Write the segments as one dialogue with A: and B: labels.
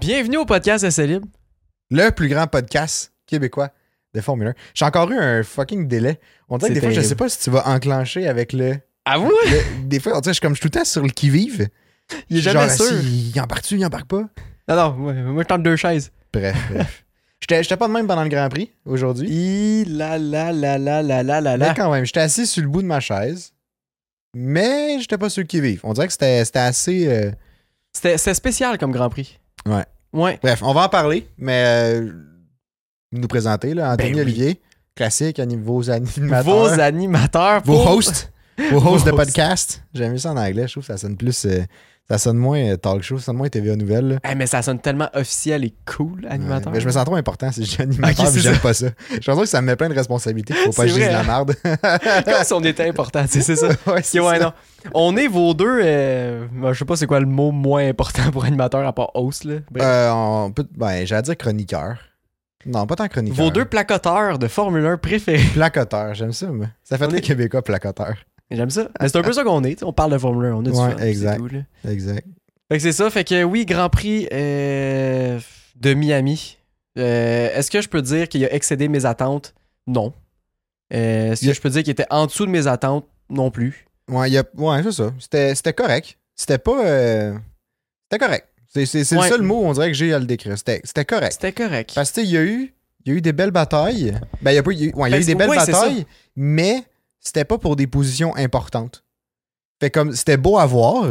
A: Bienvenue au podcast SC Libre.
B: Le plus grand podcast québécois de Formule 1. J'ai encore eu un fucking délai. On dirait
A: C'est
B: que des fois, je
A: terrible.
B: sais pas si tu vas enclencher avec le.
A: À vous? hein?
B: le- des fois, on dirait, je suis comme je suis tout le temps sur le qui-vive.
A: Il est
B: Genre,
A: jamais
B: assis,
A: sûr.
B: Il embarque-tu, il embarque pas?
A: Non, non, moi, moi, je tente deux chaises.
B: Bref, bref. J'étais j'étais pas de même pendant le Grand Prix aujourd'hui.
A: I la la la la la la la
B: Mais
A: la.
B: quand même, j'étais assis sur le bout de ma chaise, mais j'étais pas sur le qui-vive. On dirait que c'était c'était assez. euh,
A: C'était c'était spécial comme Grand Prix.
B: Ouais.
A: Ouais.
B: Bref, on va en parler, mais euh, nous présenter, là, Anthony
A: Ben oui.
B: Olivier, classique, anim- vos animateurs.
A: Vos animateurs.
B: Vos
A: pour-
B: hosts. Vos hosts de
A: Oh. Vos hosts.
B: podcast. J'aime mieux ça en anglais. Je trouve que ça sonne plus. euh, ça sonne moins euh, talk show, ça sonne moins TVA Nouvelle. là.
A: Eh, mais ça sonne tellement officiel et cool, animateur.
B: Ouais, mais je me sens trop important si je dis animateur,
A: Ok,
B: puis
A: c'est
B: j'aime pas ça. Je pense que ça me met plein de responsabilités. Faut pas
A: C'est
B: que je dise
A: vrai,
B: de la
A: hein?
B: merde. Euh,
A: Comme si on était important, tu sais, c'est ça.
B: ouais,
A: Ok, ouais, non. On est vos deux. euh, moi, je sais pas c'est quoi le mot moins important pour animateur à part host, là. Bref.
B: Euh, on peut, ben, j'allais dire chroniqueur. Non, pas tant chroniqueur.
A: vos deux placoteurs de Formule 1 préférés.
B: Placoteur, j'aime ça. moi. Ça fait
A: On
B: des
A: est-
B: Québécois placoteurs.
A: J'aime ça. Mais c'est un peu ça qu'on est. tu sais, On parle de Formule 1, on a du
B: Ah, Ouais,
A: fun, c'est
B: exact.
A: tout, là.
B: Exact.
A: Fait que c'est ça. Fait que oui, Grand Prix euh, de Miami. Euh, Est-ce que je peux dire qu'il a excédé mes attentes? Non. Euh, Est-ce
B: Il-
A: que je peux dire qu'il était en dessous de mes attentes? Non plus.
B: Ouais, y a- ouais, c'est ça. C'était, c'était correct. C'était pas. euh, C'était correct. C'est, c'est- c'est
A: Ouais.
B: le seul mot, on dirait, que j'ai à le décrire. C'était, c'était correct.
A: C'était correct.
B: Parce que, tu sais, il y a eu. Il y a eu des belles batailles. Ben, il y a, pas eu- il y a eu- ouais, il y a eu
A: Parce-
B: des belles
A: ouais, c'est ça.
B: batailles, mais c'était pas pour des positions importantes. Fait comme, c'était beau à voir,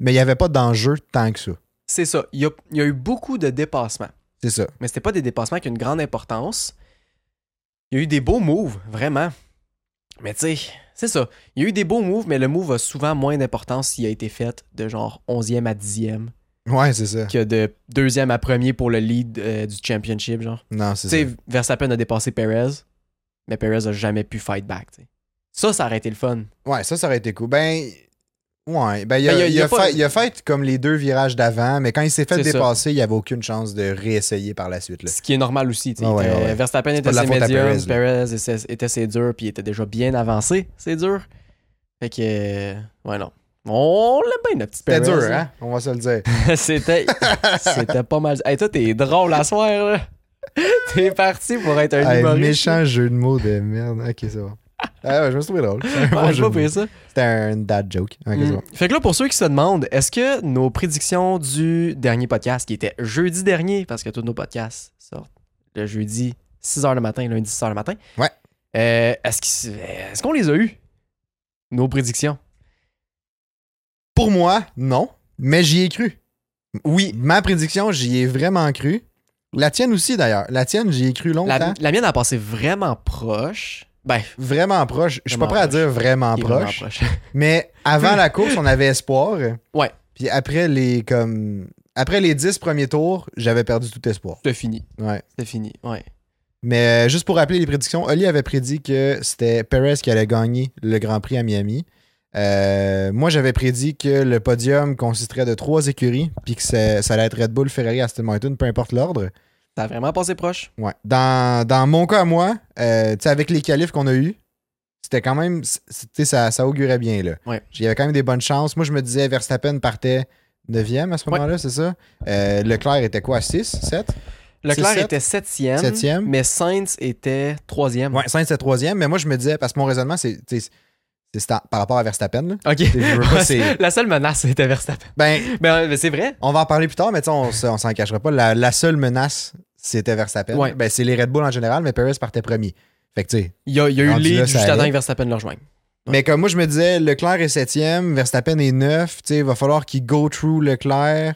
B: mais il n'y avait pas d'enjeu tant que ça.
A: C'est ça. Il y, a, il y a eu beaucoup de dépassements.
B: C'est ça.
A: Mais c'était pas des dépassements qui ont une grande importance. Il y a eu des beaux moves, vraiment. Mais tu sais, c'est ça. Il y a eu des beaux moves, mais le move a souvent moins d'importance s'il a été fait de genre 11e à 10e
B: Ouais, c'est ça.
A: que de 2e à 1er pour le lead euh, du championship, genre.
B: Non, c'est
A: Tu
B: ça.
A: sais, Verstappen a dépassé Perez, mais Perez a jamais pu fight back. tu sais. Ça, ça aurait été le fun.
B: Ouais, ça, ça aurait été cool. Ben, ouais. Ben, il a,
A: Ben, y a-
B: il
A: y a
B: a
A: pas-
B: fait, il a fait comme les deux virages d'avant, mais quand il s'est fait
A: C'est ça.
B: dépasser, il n'y avait aucune chance de réessayer par la suite. là.
A: Ce qui est normal aussi. tu sais.
B: Ah ouais,
A: Il était-
B: ouais, ouais.
A: Verstappen
B: pas
A: était
B: de la
A: ses
B: faute à
A: médiums,
B: Perez,
A: Perez était- était ses durs, puis il était déjà bien avancé, c'est dur. Fait que. euh, Ouais, non. On l'aime bien, notre petit
B: C'était
A: Perez.
B: dur,
A: là.
B: hein? On va se le dire.
A: C'était. C'était pas mal. Hey, toi, t'es drôle à soir, là. T'es parti pour être un
B: Hey,
A: humoriste.
B: méchant jeu de mots de merde. Ok, c'est bon. Ah ouais, je me suis trouvé drôle. C'est un
A: Ouais,
B: bon
A: j'ai
B: jeu
A: pas
B: de mots.
A: payé ça.
B: C'était un dad joke. hein, Ok, c'est
A: Mm.
B: bon.
A: Fait que là, pour ceux qui se demandent, est-ce que nos prédictions du dernier podcast, qui était jeudi dernier, parce que tous nos podcasts sortent le jeudi 6h le matin, lundi 6h le matin,
B: Ouais.
A: euh, est-ce qu'ils- est-ce qu'on les a eues, nos prédictions? Mm.
B: Pour moi, non, mais j'y ai cru.
A: Oui.
B: Ma prédiction, j'y ai vraiment cru. La tienne aussi, d'ailleurs. La tienne, j'y ai cru longtemps.
A: La, la mienne a passé vraiment proche. Ben,
B: Vraiment proche. Je suis pas
A: Vraiment
B: prêt à
A: proche.
B: dire vraiment
A: qui est
B: proche,
A: vraiment Hmm.
B: mais avant la course, on avait espoir.
A: Ouais.
B: Puis après les comme après les 10 premiers tours, j'avais perdu tout espoir.
A: C'était fini.
B: Ouais.
A: C'était fini, ouais.
B: Mais euh, juste pour rappeler les prédictions, Oli avait prédit que c'était Perez qui allait gagner le Grand Prix à Miami. Euh, moi, j'avais prédit que le podium consisterait de trois écuries, puis que ça, ça allait être Red Bull, Ferrari, Aston Martin, peu importe l'ordre.
A: Ça a vraiment passé proche.
B: Ouais. Dans, dans mon cas, à moi, euh, tu sais, avec les qualifs qu'on a eus, c'était quand même. c- tu sais, Ça, ça augurait bien. Là.
A: Ouais.
B: Il y avait quand même des bonnes chances. Moi, je me disais, Verstappen partait 9e à ce
A: Ouais.
B: moment-là, c'est ça? Euh, Leclerc était quoi? 6, 7?
A: Leclerc
B: C'est sept.
A: était septième,
B: Septième.
A: mais Sainz était troisième.
B: Ouais, 5, c'est 3e. Mais moi, je me disais, parce que mon raisonnement, c'est tu sais, c'est- c'est en- par rapport à Verstappen. là.
A: OK.
B: Tu sais, je veux pas, c'est-
A: la seule menace, c'était Verstappen.
B: Ben,
A: Mais, mais c'est vrai.
B: on va en parler plus tard, mais tu sais, on, s- on s'en cachera pas. La, la seule menace, c'était Verstappen.
A: Ouais.
B: Ben, c'est les Red Bull en général, mais Perez partait premier. Fait que tu sais,
A: Il y a, il y a eu
B: Rendu
A: lead
B: là, ça
A: jusqu'à temps
B: allait.
A: que Verstappen le rejoigne. Ouais.
B: Mais comme moi, je me disais, Leclerc est septième, Verstappen est neuf. Tu sais, il va falloir qu'il go through Leclerc,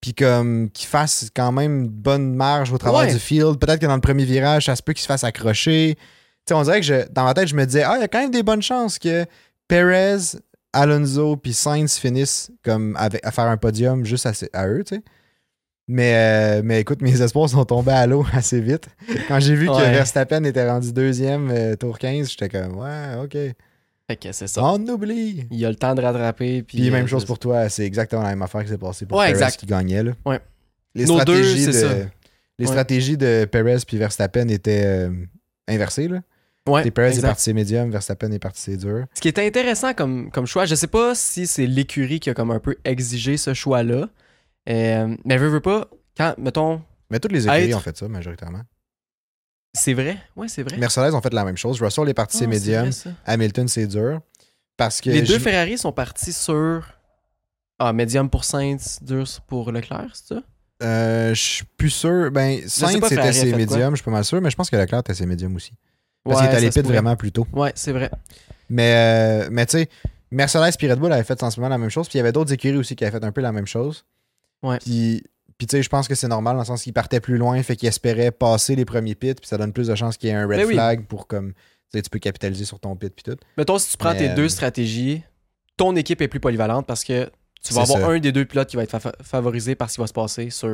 B: puis comme qu'il fasse quand même une bonne marge au travers
A: Ouais.
B: du field. Peut-être que dans le premier virage, ça se peut qu'il se fasse accrocher. Tu sais, on dirait que je- dans ma tête, je me disais, ah, il y a quand même des bonnes chances que Perez, Alonso, puis Sainz finissent comme avec- à faire un podium juste à, à eux, tu sais. Mais, euh, mais écoute, mes espoirs sont tombés à l'eau assez vite. Quand j'ai vu que
A: Ouais.
B: Verstappen était rendu deuxième euh, tour 15, j'étais comme, ouais, ok.
A: Fait que c'est ça.
B: On oublie.
A: Il a le temps de rattraper. Puis,
B: Ah. Puis même
A: euh,
B: chose pour toi, c'est exactement la même affaire qui s'est passée pour
A: Ouais,
B: Perez
A: exact.
B: qui gagnait. Là.
A: Ouais.
B: Les,
A: Nos deux,
B: stratégies
A: c'est
B: de,
A: ça.
B: les
A: Ouais.
B: stratégies de Perez puis Verstappen étaient euh, inversées. Là.
A: Ouais,
B: Et Perez
A: exact.
B: est parti ses médiums, Verstappen est parti ses durs.
A: Ce qui est intéressant comme, comme choix, je sais pas si c'est l'écurie qui a comme un peu exigé ce choix-là. Euh, mais veux, veux pas, Quand, mettons,
B: Mais toutes les écuries
A: Être-
B: ont fait ça majoritairement.
A: c'est vrai. Ouais, c'est vrai.
B: Mercedes ont fait la même chose. Russell est parti
A: Ah,
B: c'est médium.
A: vrai, ça.
B: Hamilton c'est dur. Parce que
A: Les deux
B: j'im-
A: Ferrari sont partis sur. Ah, médium pour Sainz, dur pour Leclerc, c'est ça?
B: euh, je suis plus sûr. Ben, Sainz
A: pas, Ferrari
B: c'était
A: a fait
B: ses
A: quoi.
B: médiums, je suis pas mal sûr, mais je pense que Leclerc était ses médiums aussi. Parce
A: Ouais,
B: qu'il était
A: ça
B: allé
A: se
B: pit
A: pourrait.
B: vraiment plus tôt.
A: Ouais, c'est vrai.
B: Mais, euh, mais tu sais, Mercedes et Red Bull avaient fait sensiblement la même chose. Puis il y avait d'autres écuries aussi qui avaient fait un peu la même chose.
A: Ouais.
B: Puis, puis tu sais, je pense que c'est normal dans le sens qu'ils partaient plus loin, fait qu'ils espéraient passer les premiers pits. Puis ça donne plus de chances qu'il y ait un red
A: Ben oui.
B: flag pour comme. Tu sais, tu peux capitaliser sur ton pit puis tout.
A: Mettons, si tu prends
B: Mais,
A: tes
B: euh,
A: deux stratégies, ton équipe est plus polyvalente parce que tu vas
B: C'est
A: avoir
B: ça.
A: un des deux pilotes qui va être fa- favorisé par ce qui va se passer sur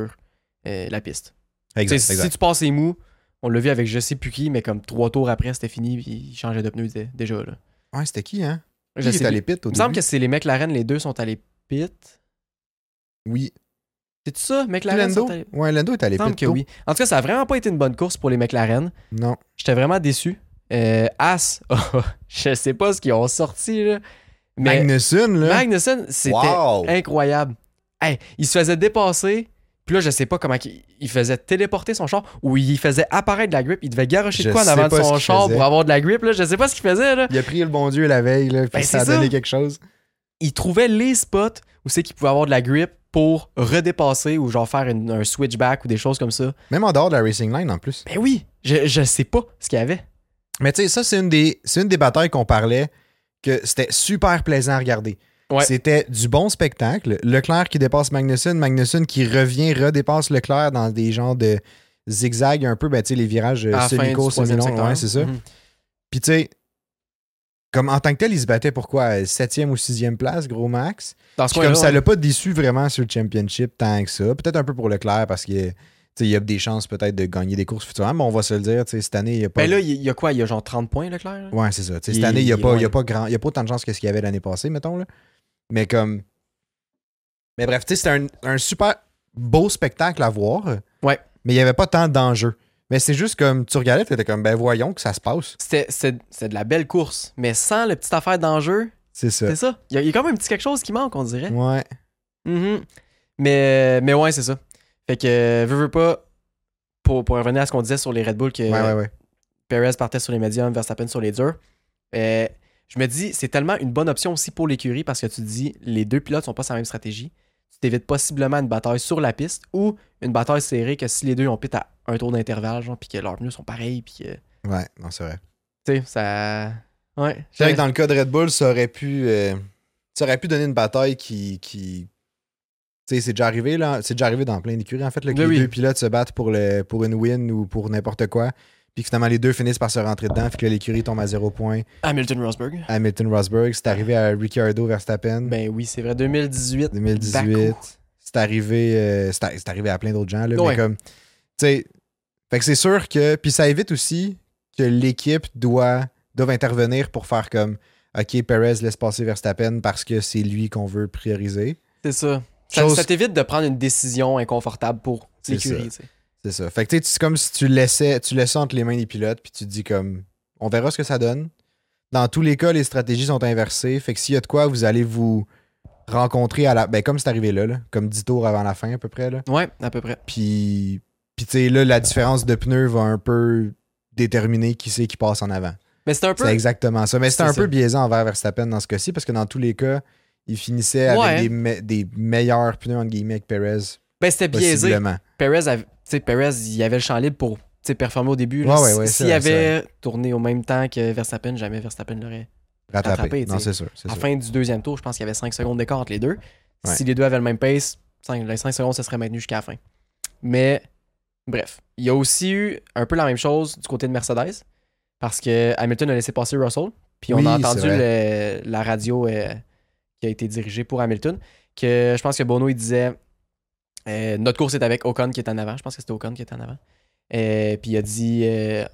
A: euh, la piste.
B: Exact,
A: T'sais,
B: exact.
A: Si tu passes les mous, on l'a vu avec je sais plus qui, mais comme trois tours après, c'était fini, puis il changeait de pneu dé- déjà. Là.
B: Ouais, c'était qui, hein?
A: Je
B: Qui
A: sais
B: est allé
A: plus.
B: pit au
A: Il me
B: début?
A: semble que c'est les McLaren, les deux sont allés pit.
B: Oui.
A: C'est-tu ça, McLaren?
B: Lando?
A: sont allés-
B: Ouais, Lando est allé
A: Il me semble
B: pit
A: que
B: tôt.
A: oui. En tout cas, ça a vraiment pas été une bonne course pour les McLaren.
B: Non.
A: J'étais vraiment déçu. Euh, As, je sais pas ce qu'ils ont sorti, là. Mais
B: Magnussen, là.
A: Magnussen, c'était
B: Hein? Wow!
A: incroyable. Hey, il se faisait dépasser. Puis là, je sais pas comment il, il faisait téléporter son char ou il faisait apparaître de la grippe. Il devait garocher de
B: Je
A: quoi en
B: sais
A: avant de
B: pas ce
A: son
B: qu'il
A: char
B: faisait.
A: pour avoir de la grippe. Là. Je sais pas ce qu'il faisait. Là.
B: Il a pris le bon Dieu la veille, là, puis
A: Ben,
B: ça a
A: c'est
B: donné
A: ça.
B: quelque chose.
A: Il trouvait les spots où c'est qu'il pouvait avoir de la grippe pour redépasser ou genre faire une- un switchback ou des choses comme ça.
B: Même en dehors de la Racing Line, en plus.
A: Ben oui, je, je sais pas ce qu'il y avait.
B: Mais tu sais, ça, c'est une, des, c'est une des batailles qu'on parlait que c'était super plaisant à regarder.
A: Ouais.
B: C'était du bon spectacle. Leclerc qui dépasse Magnussen, Magnussen qui revient, redépasse Leclerc dans des genres de zigzags un peu, ben, tu sais, les virages euh,
A: À la fin du
B: semi-courts,
A: troisième
B: semi-longs.
A: secteur.
B: Ouais, c'est ça.
A: Mhm.
B: Puis tu sais, comme en tant que tel, il se battait pour quoi 7e ou 6e place, gros max.
A: Dans ce
B: Puis comme
A: coin-là,
B: ça l'a pas déçu vraiment sur le championship tant que ça. Peut-être un peu pour Leclerc parce qu'il y a des chances peut-être de gagner des courses futures. Mais on va se le dire, tu sais, cette année, il n'y a pas.
A: Ben là, il il y a quoi? Il y a genre 30 points, Leclerc? là?
B: Ouais, c'est ça. Tu sais,
A: Il-
B: cette année, il n'y a,
A: il est
B: pas-
A: loin.
B: il y a, pas grand- il y a pas autant de chances que ce qu'il y avait l'année passée, mettons. Là. Mais comme. Mais bref, tu sais, c'était un, un super beau spectacle à voir.
A: Ouais.
B: Mais il n'y avait pas tant d'enjeux. Mais c'est juste comme tu regardais, tu étais comme, ben voyons que ça se passe.
A: C'était- C'était c'était de la belle course, mais sans le petite affaire d'enjeu,
B: C'est ça.
A: c'est ça. Euh, Il y, a, il y a quand même un petit quelque chose qui manque, on dirait.
B: Ouais.
A: Mhm. mais, mais ouais, c'est ça. Fait que, euh, veux, veux pas, pour, pour revenir à ce qu'on disait sur les Red Bull, que
B: Ouais, ouais, ouais.
A: Perez partait sur les médiums, Verstappen sur les durs, euh, je me dis, c'est tellement une bonne option aussi pour l'écurie parce que tu te dis, les deux pilotes sont pas sur la même stratégie. Tu t'évites possiblement une bataille sur la piste ou une bataille serrée que si les deux ont pit à un tour d'intervalle, genre, puis que leurs pneus sont pareils, puis que,
B: Ouais, non, c'est vrai.
A: tu sais, ça. Ouais.
B: Je dirais que dans le cas de Red Bull, ça aurait pu, euh, ça aurait pu donner une bataille qui. qui- Tu sais, c'est déjà arrivé, là. C'est déjà arrivé dans plein d'écuries, en fait, là, que
A: Oui,
B: les
A: oui.
B: deux pilotes se battent pour, le, pour une win ou pour n'importe quoi. Puis que finalement, les deux finissent par se rentrer dedans, puis que là, l'écurie tombe à zéro point.
A: Hamilton Rosberg.
B: Hamilton Rosberg, c'est arrivé à Ricciardo Verstappen.
A: Ben oui, c'est vrai. 2018.
B: 2018.
A: Baku.
B: C'est arrivé, euh, c'est arri- c'est arrivé à plein d'autres gens, là.
A: Ouais.
B: Mais comme. Tu sais. Fait que c'est sûr que. Puis ça évite aussi que l'équipe doit, doit intervenir pour faire comme. Ok, Perez laisse passer Verstappen parce que c'est lui qu'on veut prioriser.
A: C'est ça. Ça,
B: Chose-
A: ça t'évite de prendre une décision inconfortable pour
B: C'est
A: l'écurie. tu sais.
B: C'est ça. Fait que tu sais, c'est comme si tu laissais, tu laissais entre les mains des pilotes, puis tu te dis comme. On verra ce que ça donne. Dans tous les cas, les stratégies sont inversées. Fait que s'il y a de quoi, vous allez vous rencontrer à la. Ben, comme c'est arrivé là, là, comme 10 tours avant la fin à peu près, là.
A: Ouais, à peu près.
B: Puis, puis tu sais, là, la différence de pneus va un peu déterminer qui c'est qui passe en avant.
A: Mais c'est un peu.
B: C'est exactement ça. Mais c'était
A: C'est
B: un peu
A: ça.
B: biaisant envers Verstappen dans ce cas-ci, parce que dans tous les cas, il finissait
A: Ouais.
B: avec des, me- des meilleurs pneus, entre guillemets, que Perez,
A: Ben c'était biaisé.
B: possiblement.
A: Perez, avait- tu sais, Perez, il avait le champ libre pour tu sais, performer au début. là.
B: Ouais, ouais,
A: Si-
B: ouais, c'est
A: S'il
B: vrai,
A: avait tourné au même temps que Verstappen, jamais Verstappen l'aurait.
B: Rattrapé.
A: Rattrapé,
B: non,
A: tu sais.
B: c'est sûr. c'est
A: À la
B: sûr.
A: fin du deuxième tour, je pense qu'il y avait 5 secondes d'écart entre les deux.
B: Ouais.
A: Si les deux avaient le même pace, 5, les 5 secondes, ça serait maintenu jusqu'à la fin. Mais bref, il y a aussi eu un peu la même chose du côté de Mercedes parce que Hamilton a laissé passer Russell. Puis on
B: Oui,
A: a
B: c'est
A: entendu le- la radio euh, qui a été dirigée pour Hamilton que je pense que Bono il disait euh, notre course est avec Ocon qui est en avant. Je pense que c'était Ocon qui est en avant. Euh, puis il a dit euh,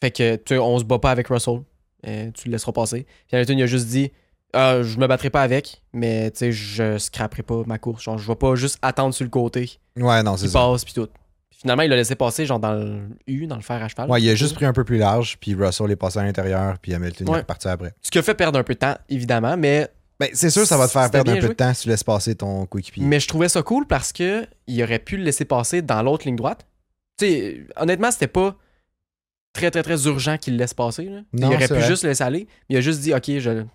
A: fait que tu sais, on se bat pas avec Russell. Euh, tu le laisseras passer. Puis Hamilton il a juste dit Ah, je me battrai pas avec, mais tu sais je scraperai pas ma course. Genre je vais pas juste attendre sur le côté.
B: Ouais, non, c'est
A: Il
B: ça.
A: passe puis tout. Puis finalement il l'a laissé passer genre dans le U, dans le fer à cheval.
B: Ouais, il a juste pris un peu plus large, puis Russell est passé à l'intérieur, puis Hamilton est
A: Ouais.
B: reparti après.
A: Ce qui a fait perdre un peu de temps évidemment, mais
B: Ben, c'est sûr, ça va te faire
A: C'était
B: perdre un
A: bien
B: peu
A: joué.
B: de temps si tu laisses passer ton coéquipier.
A: Mais je trouvais ça cool parce que il aurait pu le laisser passer dans l'autre ligne droite. Tu sais, honnêtement, c'était pas très, très, très urgent qu'il le laisse passer. là.
B: Non,
A: il aurait
B: c'est
A: pu
B: vrai.
A: juste le laisser aller. Il a juste dit, OK, je, tu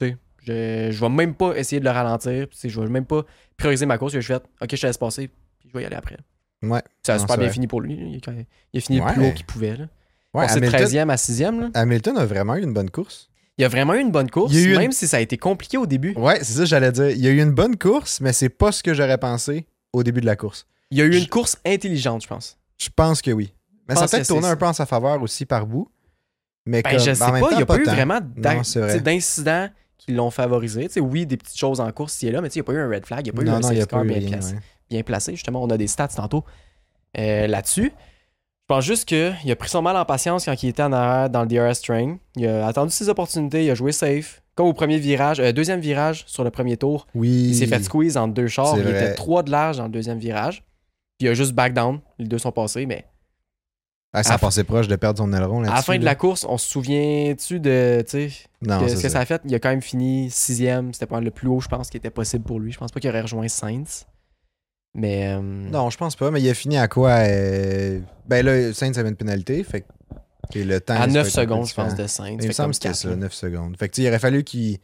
A: sais, je, je vais même pas essayer de le ralentir. puis tu sais, Je vais même pas prioriser ma course. Je vais fait, OK, je te laisse passer. Puis je vais y aller après.
B: Ouais.
A: Ça a
B: Non,
A: super
B: c'est
A: bien
B: vrai.
A: fini pour lui. là. Il, a quand même- il a fini le plus
B: Ouais.
A: haut qu'il pouvait. Là.
B: Ouais,
A: Passé de
B: Hamilton,
A: 13e à 6e. là.
B: Hamilton a vraiment eu une bonne course.
A: Il a vraiment eu une bonne course,
B: Il y a eu une-
A: même si ça a été compliqué au début.
B: Ouais, c'est ça que j'allais dire. Il y a eu une bonne course, mais c'est pas ce que j'aurais pensé au début de la course.
A: Il y a eu une
B: Je-
A: course intelligente, je pense.
B: Je pense que oui. Mais ça a
A: Pense
B: peut-être
A: que c'est
B: tourné un
A: ça.
B: peu en sa faveur aussi par bout. Mais
A: Ben,
B: comme,
A: je
B: en
A: sais pas,
B: même
A: il
B: temps,
A: n'y a pas, eu
B: tant.
A: vraiment d'ac-
B: Non, c'est vrai.
A: t'sais, d'incidents qui l'ont favorisé. T'sais, oui, des petites choses en course, il est là, mais il n'y a pas eu un red flag, il n'y a pas eu
B: Non,
A: un
B: non, il n'y a
A: safety
B: pas
A: car
B: eu
A: bien,
B: rien.
A: placé-
B: ouais.
A: bien placé. Justement, on a des stats tantôt euh, là-dessus. Je pense juste qu'il a pris son mal en patience quand il était en arrière dans le DRS train. Il a attendu ses opportunités, il a joué safe. Comme au premier virage, euh, deuxième virage sur le premier tour,
B: Oui.
A: il s'est fait squeeze entre deux chars.
B: C'est
A: Il
B: vrai.
A: était trois de large dans le deuxième virage. Puis il a juste back down. Les deux sont passés, mais
B: Ah, ça
A: À-
B: passait proche de perdre son aileron là
A: à la fin de la course, on se souvient-tu de. t'sais,
B: Non,
A: que-
B: c'est
A: ce que
B: ça.
A: ça a fait, il a quand même fini sixième. C'était pas le plus haut, je pense, qui était possible pour lui. Je pense pas qu'il aurait rejoint Sainz. Mais. euh,
B: Non, je pense pas, mais il a fini à quoi euh, Ben là, Sainz avait une pénalité, fait que et le temps.
A: à
B: ça
A: 9
B: peut être un peu
A: secondes, je pense,
B: différent.
A: de Sainz.
B: Il me
A: Fait
B: semble
A: comme
B: que c'était
A: quatre,
B: ça,
A: là.
B: 9 secondes. Fait que tu sais, il aurait fallu qu'il.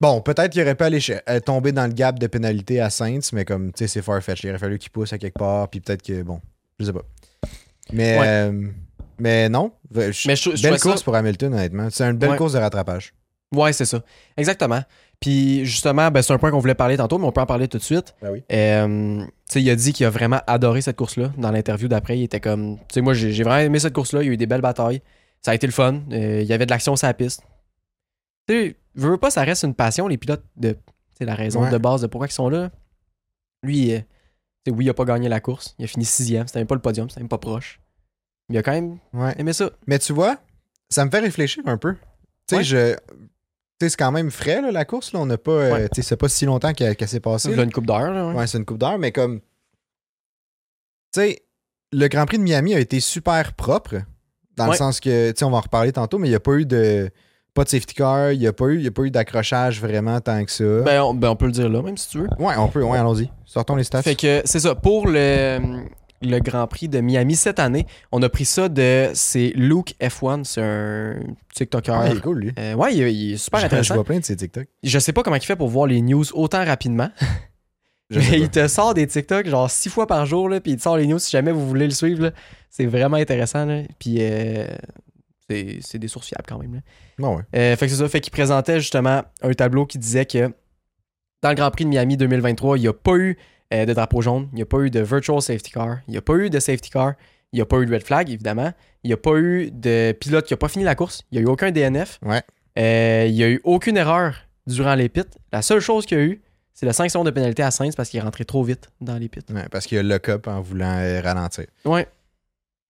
B: Bon, peut-être qu'il aurait pu aller ch- euh, tomber dans le gap de pénalité à Saints, mais comme tu sais, c'est farfetch. Il aurait fallu qu'il pousse à quelque part, puis peut-être que. Bon, je sais pas. Mais.
A: Ouais.
B: euh, mais non. Je-
A: Mais je, je
B: belle
A: trouvais ça-
B: course pour Hamilton, honnêtement. C'est une belle
A: Ouais.
B: course de rattrapage.
A: Ouais, c'est ça. Exactement. Puis justement, ben, c'est un point qu'on voulait parler tantôt, mais on peut en parler tout de suite.
B: Ben oui.
A: Euh, tu sais, il a dit qu'il a vraiment adoré cette course-là. Dans l'interview d'après, il était comme. Tu sais, moi, j'ai j'ai vraiment aimé cette course-là. Il y a eu des belles batailles. Ça a été le fun. Euh, il y avait de l'action sur la piste. Tu sais, veux, veux pas, ça reste une passion, les pilotes. de C'est la raison
B: Ouais.
A: de base de pourquoi ils sont là. Lui, euh, tu sais, oui, il a pas gagné la course. Il a fini sixième. C'était même pas le podium. C'était même pas proche. Mais Il a quand même
B: Ouais.
A: aimé ça.
B: Mais tu vois, ça me fait réfléchir un peu. Tu sais,
A: Ouais.
B: je. Tu sais, c'est quand même frais, là, la course. Là. On n'a pas. euh,
A: Ouais.
B: Tu sais, c'est pas si longtemps qu'elle qu'elle s'est passée.
A: Il
B: là.
A: a une coupe d'heure. là, ouais.
B: Ouais, c'est une coupe d'heure, mais comme. Tu sais, le Grand Prix de Miami a été super propre. Dans
A: Ouais.
B: le sens que, tu sais, on va en reparler tantôt, mais il n'y a pas eu de. Pas de safety car, il n'y a pas eu, il y a pas eu d'accrochage vraiment tant que ça.
A: Ben, on- ben, on peut le dire là, même si tu veux.
B: ouais, on peut, ouais, allons-y. Sortons les stats.
A: Fait que c'est ça. Pour le, le Grand Prix de Miami cette année, on a pris ça de. C'est Luke F1, c'est un TikToker.
B: Ouais,
A: Euh,
B: il est Ah, cool, lui.
A: Ouais, il, est- il est super
B: Je, je
A: intéressant.
B: vois plein de ses TikTok.
A: Je sais pas comment il fait pour voir les news autant rapidement,
B: Je
A: mais
B: sais
A: il
B: pas.
A: te sort des TikTok genre six fois par jour, là, puis il te sort les news si jamais vous voulez le suivre. là. C'est vraiment intéressant, là. puis euh, c'est c'est des sources fiables quand même. là.
B: Bon, ouais.
A: Euh, fait que c'est ça, fait qu'il présentait justement un tableau qui disait que dans le Grand Prix de Miami 2023, il n'y a pas eu euh, de drapeau jaune, il n'y a pas eu de virtual safety car, il n'y a pas eu de safety car, il n'y a pas eu de red flag, évidemment, il n'y a pas eu de pilote qui n'a pas fini la course, il n'y a eu aucun DNF,
B: Ouais.
A: Euh, il n'y a eu aucune erreur durant les pits. La seule chose qu'il y a eu, c'est la 5 secondes de pénalité à Sainz parce qu'il est rentré trop vite dans les pits.
B: Ouais, parce qu'il y a le cop en voulant euh, ralentir.
A: Ouais.